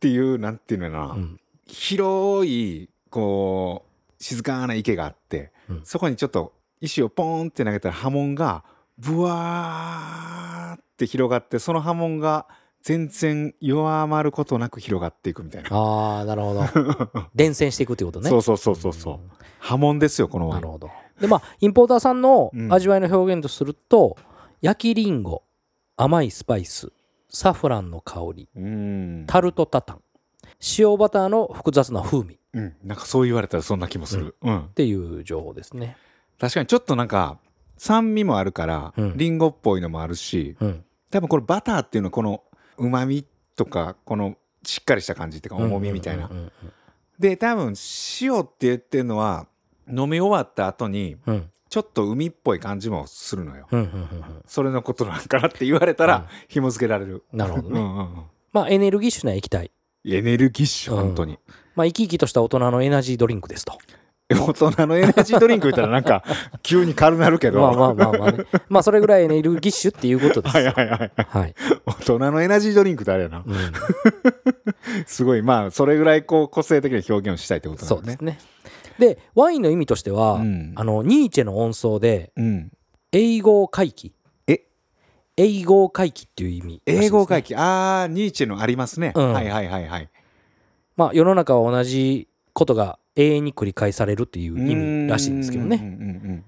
Speaker 2: ていうなんていうのかな、
Speaker 3: うん。
Speaker 2: 広いこう静かな池があって、
Speaker 3: うん
Speaker 2: そこにちょっと石をポーンって投げたら波紋がブワーって広がってその波紋が全然弱まることなく広がっていくみたいな、
Speaker 3: ああ、なる
Speaker 2: [LAUGHS]
Speaker 3: ほど。伝染していくっていうことね。
Speaker 2: そうそうそうそうそう、波紋ですよこのワイ
Speaker 3: な
Speaker 2: ン
Speaker 3: るほど。でまあインポーターさんの
Speaker 2: うん
Speaker 3: 味わいの表現とすると、焼きりんご甘いスパイスサフランの香り
Speaker 2: うん
Speaker 3: タルトタタン塩バターの複雑な風味っ
Speaker 2: うん、なんかそう言われたらそんな気もする、うん
Speaker 3: ていう情報ですね。
Speaker 2: 確かにちょっとなんか酸味もあるから、
Speaker 3: うん
Speaker 2: リンゴっぽいのもあるし
Speaker 3: うん、
Speaker 2: 多分これバターっていうのはこのうまみとかこのしっかりした感じっていうか重みみたいな、
Speaker 3: うんうん
Speaker 2: で多分塩って言ってるのは飲み終わった後に
Speaker 3: うんうん
Speaker 2: ちょっと海っぽい感じもするのよ、
Speaker 3: うんうんうんうん
Speaker 2: それのことなんかなって言われた
Speaker 3: うん
Speaker 2: ら紐付けられる、
Speaker 3: なるほど
Speaker 2: う
Speaker 3: ね。
Speaker 2: んうんうん
Speaker 3: まあエネルギッシュな液体、
Speaker 2: エネルギッシュ
Speaker 3: うん
Speaker 2: 本当に、
Speaker 3: まあ生き生きとした大人のエナジードリンクですと。
Speaker 2: 大人のエナジードリンク言ったらなん
Speaker 3: [LAUGHS]
Speaker 2: か急に軽なるけど
Speaker 3: まあまあまあまあね。まあそれぐらいエネルギッシュっていうことです。
Speaker 2: はいはいはい
Speaker 3: はい。
Speaker 2: 大人のエナジードリンクってあれ [LAUGHS] やな
Speaker 3: うん
Speaker 2: すごいまあそれぐらいこう個性的な表現をしたいってことな
Speaker 3: そうんで
Speaker 2: ね
Speaker 3: すね。でワインの意味としては、
Speaker 2: うん
Speaker 3: あのニーチェの音奏で
Speaker 2: うん
Speaker 3: 英語回帰
Speaker 2: え
Speaker 3: 英語回帰っていう意味らしいですね、
Speaker 2: 英語回帰ああニーチェのありますね、
Speaker 3: うん
Speaker 2: はいはいはいはい
Speaker 3: まあ世の中は同じことが永遠に繰り返されるっていう意味らしいんですけど
Speaker 2: うん
Speaker 3: ね
Speaker 2: うんうん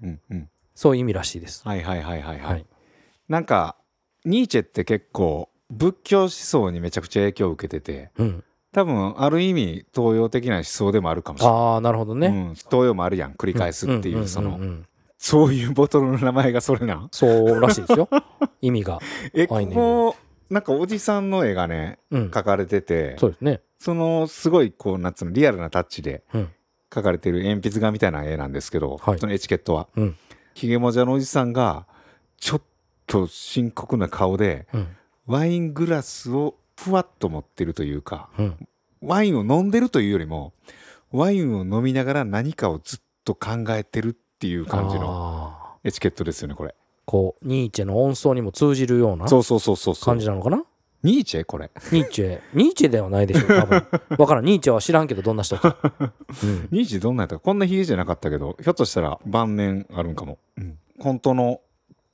Speaker 2: うんうん
Speaker 3: そういう意味らしいです
Speaker 2: はいはいはいはいはい、
Speaker 3: はい
Speaker 2: なんかニーチェって結構仏教思想にめちゃくちゃ影響を受けてて
Speaker 3: うん
Speaker 2: 多分ある意味東洋的な思想でもあるかもしれない
Speaker 3: ああなるほど
Speaker 2: う
Speaker 3: ね
Speaker 2: ん、東洋もあるやん繰り返すってい
Speaker 3: んんんん
Speaker 2: うそのそういうボトルの名前がそれ
Speaker 3: [LAUGHS]
Speaker 2: なん
Speaker 3: そうらしいです
Speaker 2: [LAUGHS]
Speaker 3: よ意味が
Speaker 2: え
Speaker 3: は
Speaker 2: こ
Speaker 3: いね
Speaker 2: こなんかおじさんの絵がね
Speaker 3: うん
Speaker 2: 描かれてて
Speaker 3: そうですね
Speaker 2: そのすごいこうなんつうのリアルなタッチで
Speaker 3: うん
Speaker 2: 描かれてる鉛筆画みたいな絵なんですけど、
Speaker 3: はい
Speaker 2: そのエチケットは、
Speaker 3: うん
Speaker 2: ひげもじゃのおじさんがちょっと深刻な顔で
Speaker 3: うん
Speaker 2: ワイングラスをふわっと持ってるというか
Speaker 3: うん
Speaker 2: ワインを飲んでるというよりもワインを飲みながら何かをずっと考えてるっていう感じの
Speaker 3: あー
Speaker 2: エチケットですよねこれ
Speaker 3: こうニーチェの音奏にも通じるような
Speaker 2: そうそうそうそうそう
Speaker 3: 感じなのかな
Speaker 2: ニーチェこれ
Speaker 3: ニーチェニーチェではないでしょ
Speaker 2: [LAUGHS]
Speaker 3: 多分分からんニーチェは知らんけどどんな人か、うん
Speaker 2: ニーチェどんなやったかこんなひげじゃなかったけどひょっとしたら晩年あるんかも、うん、本当の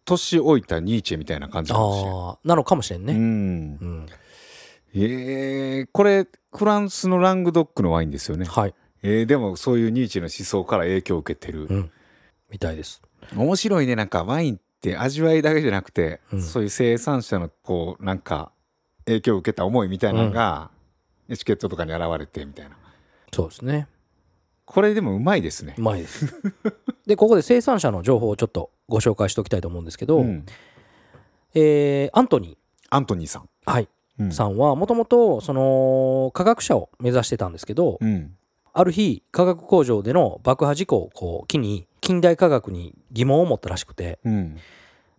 Speaker 2: 年老いたニーチェみたいな感じかもしれない
Speaker 3: ああなのかもしれん
Speaker 2: う
Speaker 3: ね、
Speaker 2: ん
Speaker 3: うん
Speaker 2: えー、これフランスのラングドックのワインですよね、
Speaker 3: はい、
Speaker 2: えー、でもそういうニーチェの思想から影響を受けてる
Speaker 3: う、ん、みたいです
Speaker 2: 面白いねなんかワインって味わいだけじゃなくて、
Speaker 3: うん
Speaker 2: そういう生産者のこうなんか影響を受けた思いみたいなのが、エチケットとかに現れてみたいな
Speaker 3: そうですね
Speaker 2: これでもうまいですね
Speaker 3: う。まいです [LAUGHS] でここで生産者の情報をちょっとご紹介しておきたいと思うんですけど、
Speaker 2: うん
Speaker 3: えーアントニ
Speaker 2: アントニーさん。
Speaker 3: ー、はい
Speaker 2: うん
Speaker 3: さんはもともとその科学者を目指してたんですけど、
Speaker 2: うん
Speaker 3: ある日化学工場での爆破事故をこう機に近代科学に疑問を持ったらしくて、
Speaker 2: うん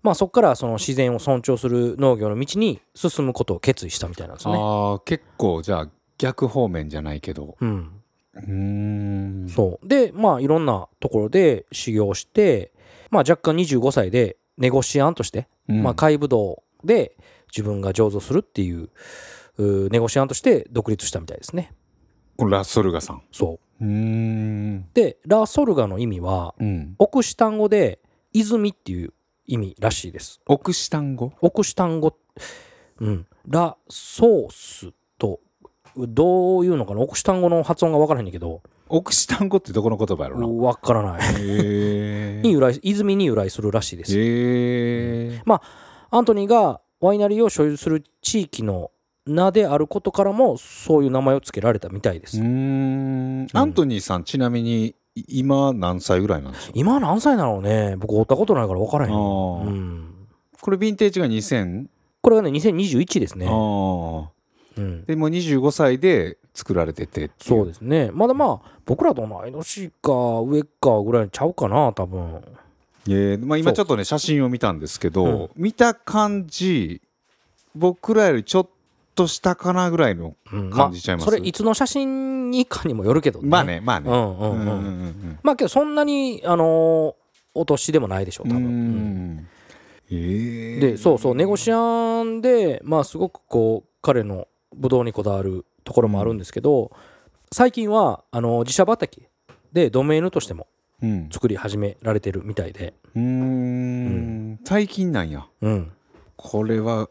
Speaker 3: まあ、そこからその自然を尊重する農業の道に進むことを決意したみたいなんですね。
Speaker 2: ああ結構じゃあ逆方面じゃないけど。
Speaker 3: うん、
Speaker 2: うーん。
Speaker 3: そうでまあいろんなところで修行して、まあ、若干25歳でネゴシアンとして、
Speaker 2: うん
Speaker 3: まあ、海ぶどうで自分が醸造するっていううーネゴシアンとして独立したみたいですね。
Speaker 2: このラソルガさん。
Speaker 3: そう
Speaker 2: うーん。
Speaker 3: でラ・ソルガの意味は
Speaker 2: うん。
Speaker 3: オクシタン語で泉っていう意味らしいです。
Speaker 2: オクシタン語。
Speaker 3: オクシタン語、うん、ラ・ソースとどういうのかなオクシタン語の発音が分からへんねんけど
Speaker 2: オクシタン語ってどこの言葉やろな。
Speaker 3: 分からない。
Speaker 2: へ
Speaker 3: に
Speaker 2: え。
Speaker 3: 由来泉に由来するらしいです。
Speaker 2: へえ。
Speaker 3: アントニーがワイナリーを所有する地域の名であることからもそういう名前を付けられたみたいで
Speaker 2: う
Speaker 3: す、
Speaker 2: ーん。アントニーさんちなみにい今何歳ぐらいなんでしょう。
Speaker 3: 今何歳なのね僕追ったことないから分からへん、
Speaker 2: あー
Speaker 3: うん
Speaker 2: これヴィンテージが2000。
Speaker 3: これがね2021ですね、
Speaker 2: ああ。
Speaker 3: うん、
Speaker 2: でもう25歳で作られててってい
Speaker 3: そうですねまだまあ僕らと同い年か上かぐらいちゃうかな多分
Speaker 2: えーまあ、
Speaker 3: そ
Speaker 2: 今
Speaker 3: う
Speaker 2: ちょっとね写真を見たんですけど、見た感じ僕らよりちょっと下かなぐらいの
Speaker 3: うん
Speaker 2: 感じちゃいます
Speaker 3: あ、それいつの写真にかにもよるけどね
Speaker 2: まあねまあ
Speaker 3: う
Speaker 2: ね、
Speaker 3: んう
Speaker 2: うんん
Speaker 3: う、
Speaker 2: うんんうん
Speaker 3: まあけどそんなにあのお年でもないでしょう
Speaker 2: う
Speaker 3: 多
Speaker 2: んう
Speaker 3: 分、うん
Speaker 2: んえー
Speaker 3: でそうそうネゴシアンでまあすごくこう彼のブドウにこだわるところもあるんですけど最近はあの自社畑でドメイヌとしても
Speaker 2: うん
Speaker 3: 作り始められてるみたいで、
Speaker 2: うーん最近なんや
Speaker 3: うん
Speaker 2: これは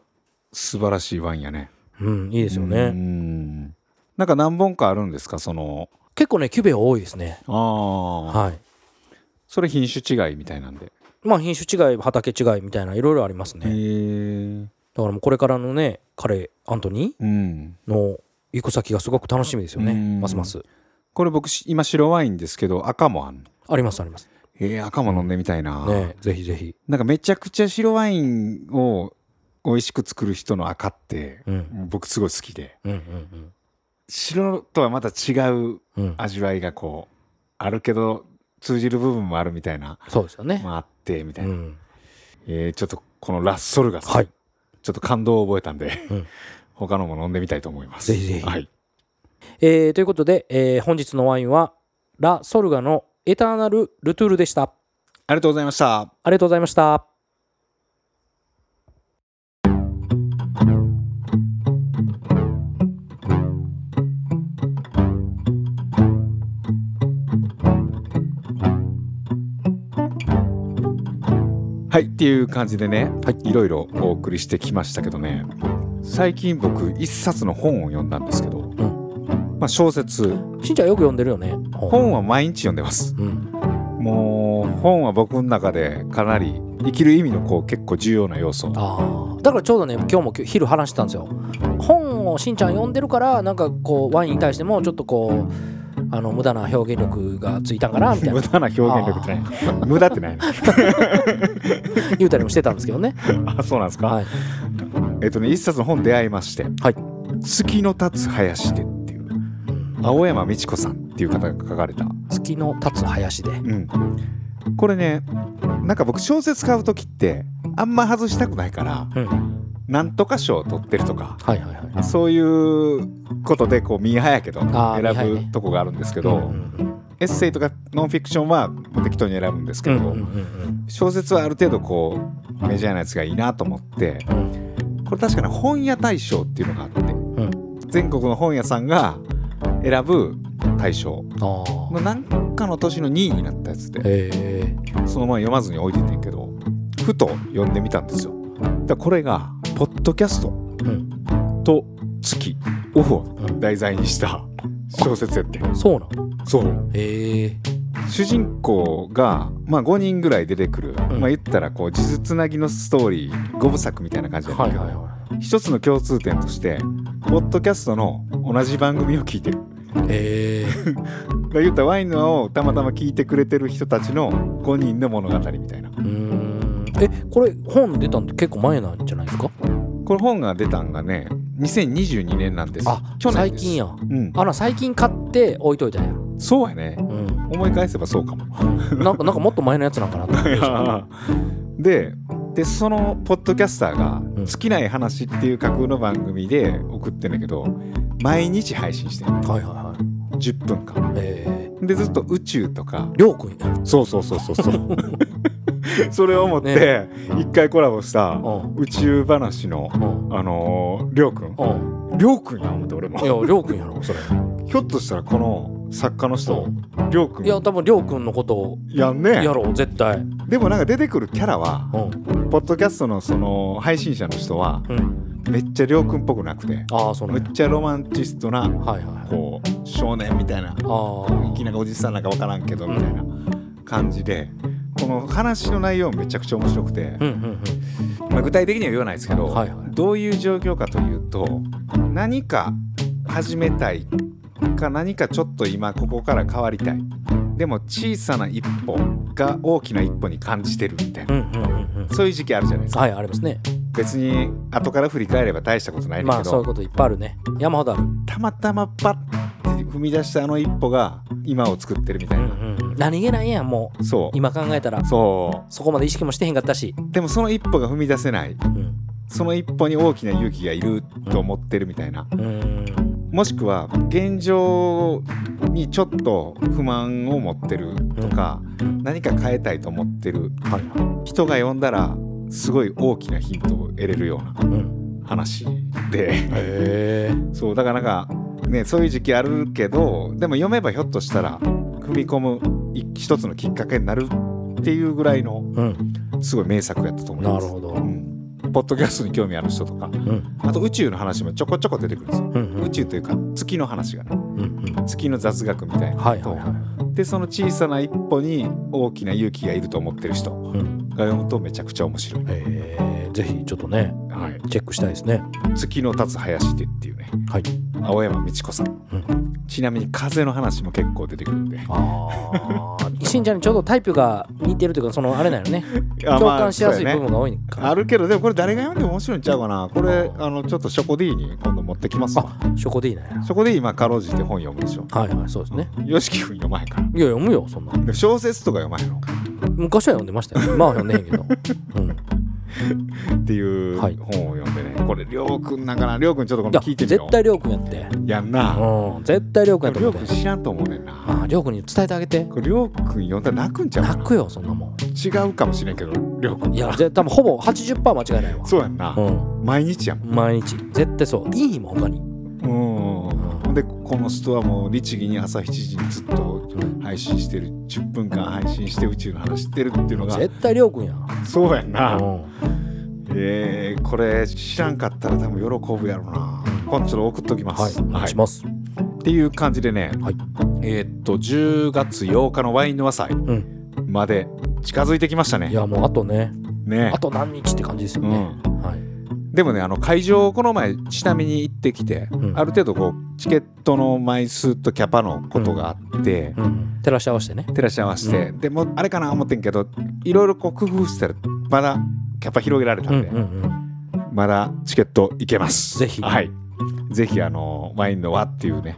Speaker 2: 素晴らしいワインやね
Speaker 3: うん、いいで
Speaker 2: です
Speaker 3: よ
Speaker 2: う
Speaker 3: ね
Speaker 2: んなんか何本かあるんですかその
Speaker 3: 結構ねキュベ多いですね
Speaker 2: ああ、
Speaker 3: はい
Speaker 2: それ品種違いみたいなんで
Speaker 3: まあ品種違い畑違いみたいないろいろあります
Speaker 2: へ
Speaker 3: ね
Speaker 2: ー
Speaker 3: だからもうこれからのね彼アントニ
Speaker 2: うん
Speaker 3: ーの行く先がすごく楽しみですよね
Speaker 2: うん
Speaker 3: ますます
Speaker 2: これ僕し今白ワインですけど赤もあんの
Speaker 3: ありますあります
Speaker 2: えー、赤も飲んでみたいな、
Speaker 3: ねぜひぜひ
Speaker 2: なんかめちゃくちゃ白ワインを美味しく作る人の赤って
Speaker 3: うん
Speaker 2: 僕すごい好きで
Speaker 3: うんうん
Speaker 2: 白とはまた違う
Speaker 3: うんうん
Speaker 2: 味わいがこうあるけど通じる部分もあるみたいな、
Speaker 3: そうですよね
Speaker 2: まあ、あってみたいうな、
Speaker 3: ん
Speaker 2: えーちょっとこのラッソルガさん、
Speaker 3: はい
Speaker 2: ちょっと感動を覚えたんで、
Speaker 3: うん
Speaker 2: [LAUGHS] 他のも飲んでみたいと思います
Speaker 3: ぜひぜひ
Speaker 2: はい、
Speaker 3: えーということで、えー本日のワインはラ・ソルガのエターナル・ルトゥールでした
Speaker 2: ありがとうございました
Speaker 3: ありがとうございました
Speaker 2: はいっていう感じでね、、
Speaker 3: はい
Speaker 2: ろいろお送りしてきましたけどね最近僕一冊の本を読んだんですけど、まあ、小説
Speaker 3: しんちゃんよく読んでるよね
Speaker 2: 本は毎日読んでます
Speaker 3: うん
Speaker 2: もう本は僕の中でかなり生きる意味のこう結構重要な要素
Speaker 3: あーだからちょうどね今日も昼話してたんですよ本をしんちゃん読んでるからなんかこうワインに対してもちょっとこうあの無駄な表現力がついたんかなみ [LAUGHS] たい
Speaker 2: 無
Speaker 3: な
Speaker 2: 駄な表現力ってない無駄ってないの [LAUGHS]
Speaker 3: 言うたりもしてたんですけど [LAUGHS] ね
Speaker 2: あそうなんですか、
Speaker 3: はい
Speaker 2: えっとね一冊の本出会いまして「
Speaker 3: はい
Speaker 2: 月の立つ林で」っていう
Speaker 3: うん
Speaker 2: 青山美智子さんっていう方が書かれた、
Speaker 3: 月の立つ林で
Speaker 2: うん、これねなんか僕小説買う時ってあんま外したくないから
Speaker 3: うんは
Speaker 2: なんとか賞を取ってるとか
Speaker 3: いはいはい
Speaker 2: そういうことでこうミーハーやけど
Speaker 3: あーミーハー
Speaker 2: 選
Speaker 3: ね
Speaker 2: ぶとこがあるんですけ
Speaker 3: け
Speaker 2: ど、
Speaker 3: うん
Speaker 2: エッセイとかノンフィクションは適当に選ぶんですけ
Speaker 3: う
Speaker 2: ど、
Speaker 3: んうんうん
Speaker 2: 小説はある程度こうメジャーなやつがいいなと思って
Speaker 3: うんうん
Speaker 2: これ確かに本屋大賞っていうのがあって、
Speaker 3: ん
Speaker 2: 全国の本屋さんが選ぶ大賞
Speaker 3: あ
Speaker 2: の
Speaker 3: あ
Speaker 2: なんかの年の2位になったやつで
Speaker 3: へえ
Speaker 2: そのまま読まずに置いててんけどふと読んでみたんですよ。だからこれが「ポッドキャスト
Speaker 3: うん
Speaker 2: と月」オフを
Speaker 3: うん
Speaker 2: 題材にした小説やって
Speaker 3: そうなん
Speaker 2: そう
Speaker 3: へえ
Speaker 2: 主人公が、まあ、5人ぐらい出てくる、
Speaker 3: ん
Speaker 2: まあ、言ったらこう呪術つなぎのストーリー五部作みたいな感じだった
Speaker 3: はい
Speaker 2: けど、
Speaker 3: はいは
Speaker 2: 一つの共通点としてポッドキャストの同じ番組を聞いてる
Speaker 3: いええ
Speaker 2: 言ったらワインのをたまたま聞いてくれてる人たちの5人の物語みたいな
Speaker 3: うーんえこれ本出たんって結構前なんじゃないですか
Speaker 2: これ本が出たんがね2022年なんです
Speaker 3: あ
Speaker 2: 去年
Speaker 3: 最
Speaker 2: です
Speaker 3: 近や
Speaker 2: うん
Speaker 3: あら最近買って置いといたんや
Speaker 2: そうやね
Speaker 3: うん
Speaker 2: 思い返せばそうか
Speaker 3: [LAUGHS]
Speaker 2: も
Speaker 3: なんかなんかもっと前のやつなんかな
Speaker 2: [LAUGHS]
Speaker 3: と思ってました
Speaker 2: ででそのポッドキャスターが「
Speaker 3: ん
Speaker 2: 尽きない話」っていう架空の番組で送ってんだけど毎日配信してんの
Speaker 3: はいはいはい
Speaker 2: 10分間
Speaker 3: ええ
Speaker 2: でずっと宇宙と
Speaker 3: [LAUGHS]
Speaker 2: か
Speaker 3: りょうくんや
Speaker 2: そうそうそうそう
Speaker 3: [LAUGHS]
Speaker 2: そうそれを思って一回コラボした
Speaker 3: うん
Speaker 2: 宇宙話の
Speaker 3: うん
Speaker 2: あのーりょうくん
Speaker 3: うん
Speaker 2: りょうくんや思って俺も
Speaker 3: いやりょうくんやろそれ
Speaker 2: ひょっとしたらこの作家の人
Speaker 3: うん
Speaker 2: りょうくん
Speaker 3: いや多分りょうくんのことを
Speaker 2: やんね
Speaker 3: やろう絶対
Speaker 2: でもなんか出てくるキャラは
Speaker 3: うん
Speaker 2: ポッドキャストのその配信者の人は
Speaker 3: うん
Speaker 2: めっちゃりょうくんっぽくなくて
Speaker 3: ああそうな
Speaker 2: む
Speaker 3: んや
Speaker 2: っちゃロマンチストな
Speaker 3: はいはいはい
Speaker 2: こう少年みたいな
Speaker 3: あ
Speaker 2: 大き
Speaker 3: あ
Speaker 2: なおじさんなんか分からんけどみたいな感じでこの話の内容めちゃくちゃ面白くて、
Speaker 3: うんうん
Speaker 2: まあ、具体的には言わないですけど、
Speaker 3: はいはい
Speaker 2: どういう状況かというと何か始めたいか何かちょっと今ここから変わりたいでも小さな一歩が大きな一歩に感じてるみたい
Speaker 3: うんう
Speaker 2: な、
Speaker 3: んうんうんうん
Speaker 2: そういう時期あるじゃないですか
Speaker 3: はいありますね
Speaker 2: 別に後から振り返れば大したことないんだ
Speaker 3: ま
Speaker 2: け
Speaker 3: あ
Speaker 2: ど、
Speaker 3: そういうこといっぱいあるね山ほどある
Speaker 2: たまたまパッて踏み出したあの一歩が今を作ってるみたいな、
Speaker 3: 何気ないやんもう
Speaker 2: そう
Speaker 3: 今考えたら
Speaker 2: そ
Speaker 3: そこまで意識もしてへんかったし、
Speaker 2: うでもその一歩が踏み出せない
Speaker 3: うん、
Speaker 2: その一歩に大きな勇気がいると思ってるみたいな
Speaker 3: うん
Speaker 2: もしくは現状にちょっと不満を持ってるとか、
Speaker 3: うん
Speaker 2: 何か変えたいと思ってる、人が呼んだらすごい大きなヒントを得れるような
Speaker 3: うん
Speaker 2: 話で
Speaker 3: へえ
Speaker 2: そうだからなんかねそういう時期あるけどでも読めばひょっとしたら踏み込む一一つのきっかけになるっていうぐらいの
Speaker 3: うん
Speaker 2: すごい名作やったと思い
Speaker 3: な
Speaker 2: ま
Speaker 3: る
Speaker 2: す。
Speaker 3: ほど、
Speaker 2: うん、ポッドキャストに興味ある人とか
Speaker 3: うん
Speaker 2: あと宇宙の話もちょこちょこ出てくるんですよ。
Speaker 3: うんう
Speaker 2: 宇
Speaker 3: ん
Speaker 2: 宙というか月の話がね
Speaker 3: うんうん
Speaker 2: 月の雑学みたいなのと、
Speaker 3: はいはいは
Speaker 2: でその小さな一歩に大きな勇気がいると思ってる人が
Speaker 3: い、うん、
Speaker 2: 読むとめちゃくちゃ面白い。
Speaker 3: へえぜひちょっとね、
Speaker 2: はい
Speaker 3: チェックしたいですね
Speaker 2: 月の立つ林でっていうね
Speaker 3: はい
Speaker 2: 青山美智子さん、
Speaker 3: う
Speaker 2: ちなみに風の話も結構出てくるんで
Speaker 3: ああ [LAUGHS] しんちゃんにちょうどタイプが似てるというかそのあれなのね共感しやすい部分が多いか
Speaker 2: あ
Speaker 3: ら
Speaker 2: るけどでもこれ誰が読んでも面白いんちゃうかなこれ
Speaker 3: あ
Speaker 2: あのちょっとショコ D に今度持ってきますわ
Speaker 3: あそこでいいな
Speaker 2: ショコ D 今かろうじて本読むでしょ
Speaker 3: はいはいそうですね
Speaker 2: よしき君読まへんから
Speaker 3: いや読むよそんな
Speaker 2: でも小説とか読まへんの
Speaker 3: 昔は読んでましたよ今は読んでへんけど、 [LAUGHS] うん、
Speaker 2: っていう
Speaker 3: は
Speaker 2: 本
Speaker 3: い
Speaker 2: を読んでねこれりょうくんなんかなりょうくんちょっとこ
Speaker 3: いや
Speaker 2: の聞いてみよ
Speaker 3: 絶
Speaker 2: う
Speaker 3: 対りょうくんやって
Speaker 2: やんな
Speaker 3: うん絶対りょうくんや
Speaker 2: り
Speaker 3: と
Speaker 2: ょう
Speaker 3: 思
Speaker 2: く
Speaker 3: っ
Speaker 2: ん
Speaker 3: て
Speaker 2: 知らんと思うねんな
Speaker 3: あありょうくんに伝えてあげて
Speaker 2: これりょうくん読んだら泣くんちゃうか
Speaker 3: 泣
Speaker 2: な
Speaker 3: くよそんなもん
Speaker 2: 違うかもしれんけどりょうくん
Speaker 3: いやぜ多分ほぼ80%間違いないわ
Speaker 2: そうやんな
Speaker 3: うん
Speaker 2: 毎日やもん
Speaker 3: 毎日絶対そういいもん他に
Speaker 2: うんほんでこの人はもう律儀に朝7時にずっと
Speaker 3: うん
Speaker 2: 配信してる10分間配信して宇宙の話してるっていうのが
Speaker 3: 絶対りょうくんや
Speaker 2: そうやん
Speaker 3: う
Speaker 2: なんえー、これ知らんかったら多分喜ぶやろな今度ちょっと送っときま
Speaker 3: はい
Speaker 2: す、
Speaker 3: お願いします
Speaker 2: っていう感じでね、
Speaker 3: はい
Speaker 2: えーっと10月8日のワインの和祭
Speaker 3: うん
Speaker 2: まで近づいてきました
Speaker 3: い
Speaker 2: ね
Speaker 3: やもうあとね
Speaker 2: ね
Speaker 3: あと何日って感じですよねはい
Speaker 2: でもねあの会場をこの前ちなみに行ってきて、
Speaker 3: うん
Speaker 2: ある程度こうチケットの枚数とキャパのことがあって、
Speaker 3: うん照らし合わせてね
Speaker 2: 照らし合わせて、でもうあれかな思ってんけどいろいろこう工夫したらまだキャパ広げられた
Speaker 3: うん
Speaker 2: んで、
Speaker 3: うんうん
Speaker 2: まだチケットいけます
Speaker 3: ぜひ
Speaker 2: はいぜひあのワインの輪っていうね、
Speaker 3: ん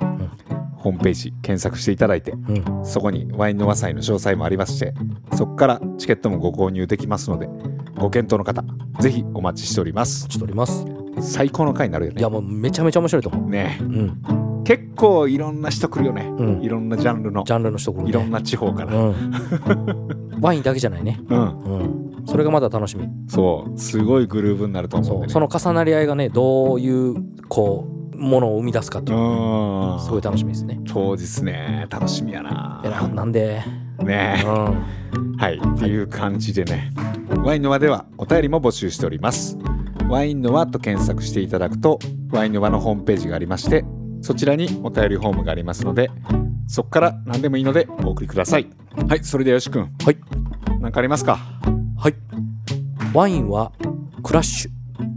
Speaker 2: ホームページ検索していただいて
Speaker 3: うん
Speaker 2: そこにワインの和祭の詳細もありましてそこからチケットもご購入できますのでご検討の方ぜひお待ちしております
Speaker 3: ちょっとおります
Speaker 2: 最高の回になるよ
Speaker 3: い
Speaker 2: ね
Speaker 3: やもうめちゃめちゃ面白いと思
Speaker 2: ね
Speaker 3: ううん
Speaker 2: え結構いろんな人来るよね、
Speaker 3: うん
Speaker 2: いろんなジャンルの
Speaker 3: ジャンルの人こ
Speaker 2: いろんな地方から
Speaker 3: うん [LAUGHS] ワインだけじゃないね
Speaker 2: うん
Speaker 3: うんそれがまだ楽しみ
Speaker 2: そうすごいグルーヴになると思うん
Speaker 3: そ
Speaker 2: で
Speaker 3: う
Speaker 2: ね
Speaker 3: その重なり合いがねどういうこうものを生み出すかっていう
Speaker 2: うん
Speaker 3: すごい楽しみですね
Speaker 2: 当日ね楽しみやな
Speaker 3: えらなんで
Speaker 2: ね
Speaker 3: う
Speaker 2: え
Speaker 3: ん
Speaker 2: はいっていう感じでねワインの輪ではお便りも募集しておりますワインの輪と検索していただくとワインの輪のホームページがありましてそちらにお便りフォームがありますのでそこから何でもいいのでお送りくださいはいそれではよし君
Speaker 3: はい
Speaker 2: 何かありますか
Speaker 3: はい。ワインはクラッシュ。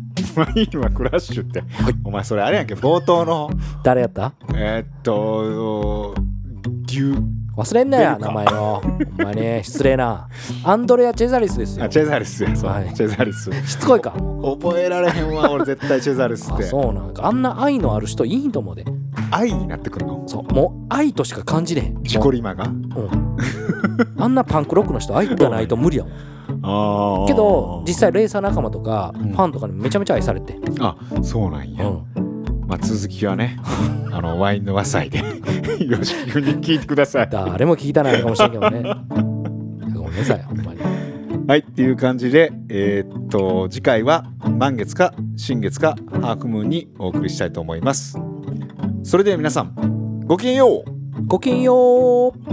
Speaker 2: [LAUGHS] ワインはクラッシュって、
Speaker 3: い
Speaker 2: お前それあれやんけ冒頭の
Speaker 3: 誰やった
Speaker 2: えーっとデュ
Speaker 3: 忘れんな
Speaker 2: 出
Speaker 3: や
Speaker 2: るか
Speaker 3: 名前をほんまに失礼なアンドレア・チェザリスです
Speaker 2: あ
Speaker 3: よ
Speaker 2: チェザリスやそう、
Speaker 3: はい
Speaker 2: チェザリス
Speaker 3: しつこいか
Speaker 2: 覚えられへんわ俺絶対チェザリスっ
Speaker 3: [LAUGHS] あ
Speaker 2: て
Speaker 3: そうなんかあんな愛のある人いいと思うで
Speaker 2: 愛になってくるの
Speaker 3: そうもう愛としか感じれへん
Speaker 2: 自己リマが
Speaker 3: もう
Speaker 2: [LAUGHS]
Speaker 3: うんあんなパンクロックの人愛がないと無理やもん
Speaker 2: あ
Speaker 3: けど実際レーサー仲間とかフ
Speaker 2: うん
Speaker 3: ァンとかにめちゃめちゃ愛されて、
Speaker 2: あそうなん
Speaker 3: う
Speaker 2: や、
Speaker 3: ん、
Speaker 2: まあ、続きはねあのワインの和祭で [LAUGHS] よし君に聞いてください
Speaker 3: 誰も聞いたないかもしれんけどねごめんなさいほんまに
Speaker 2: はいっていう感じでえーっと次回は満月か新月かハーフムーンにお送りしたいと思いますそれでは皆さんごきげんよう
Speaker 3: ごきげんよう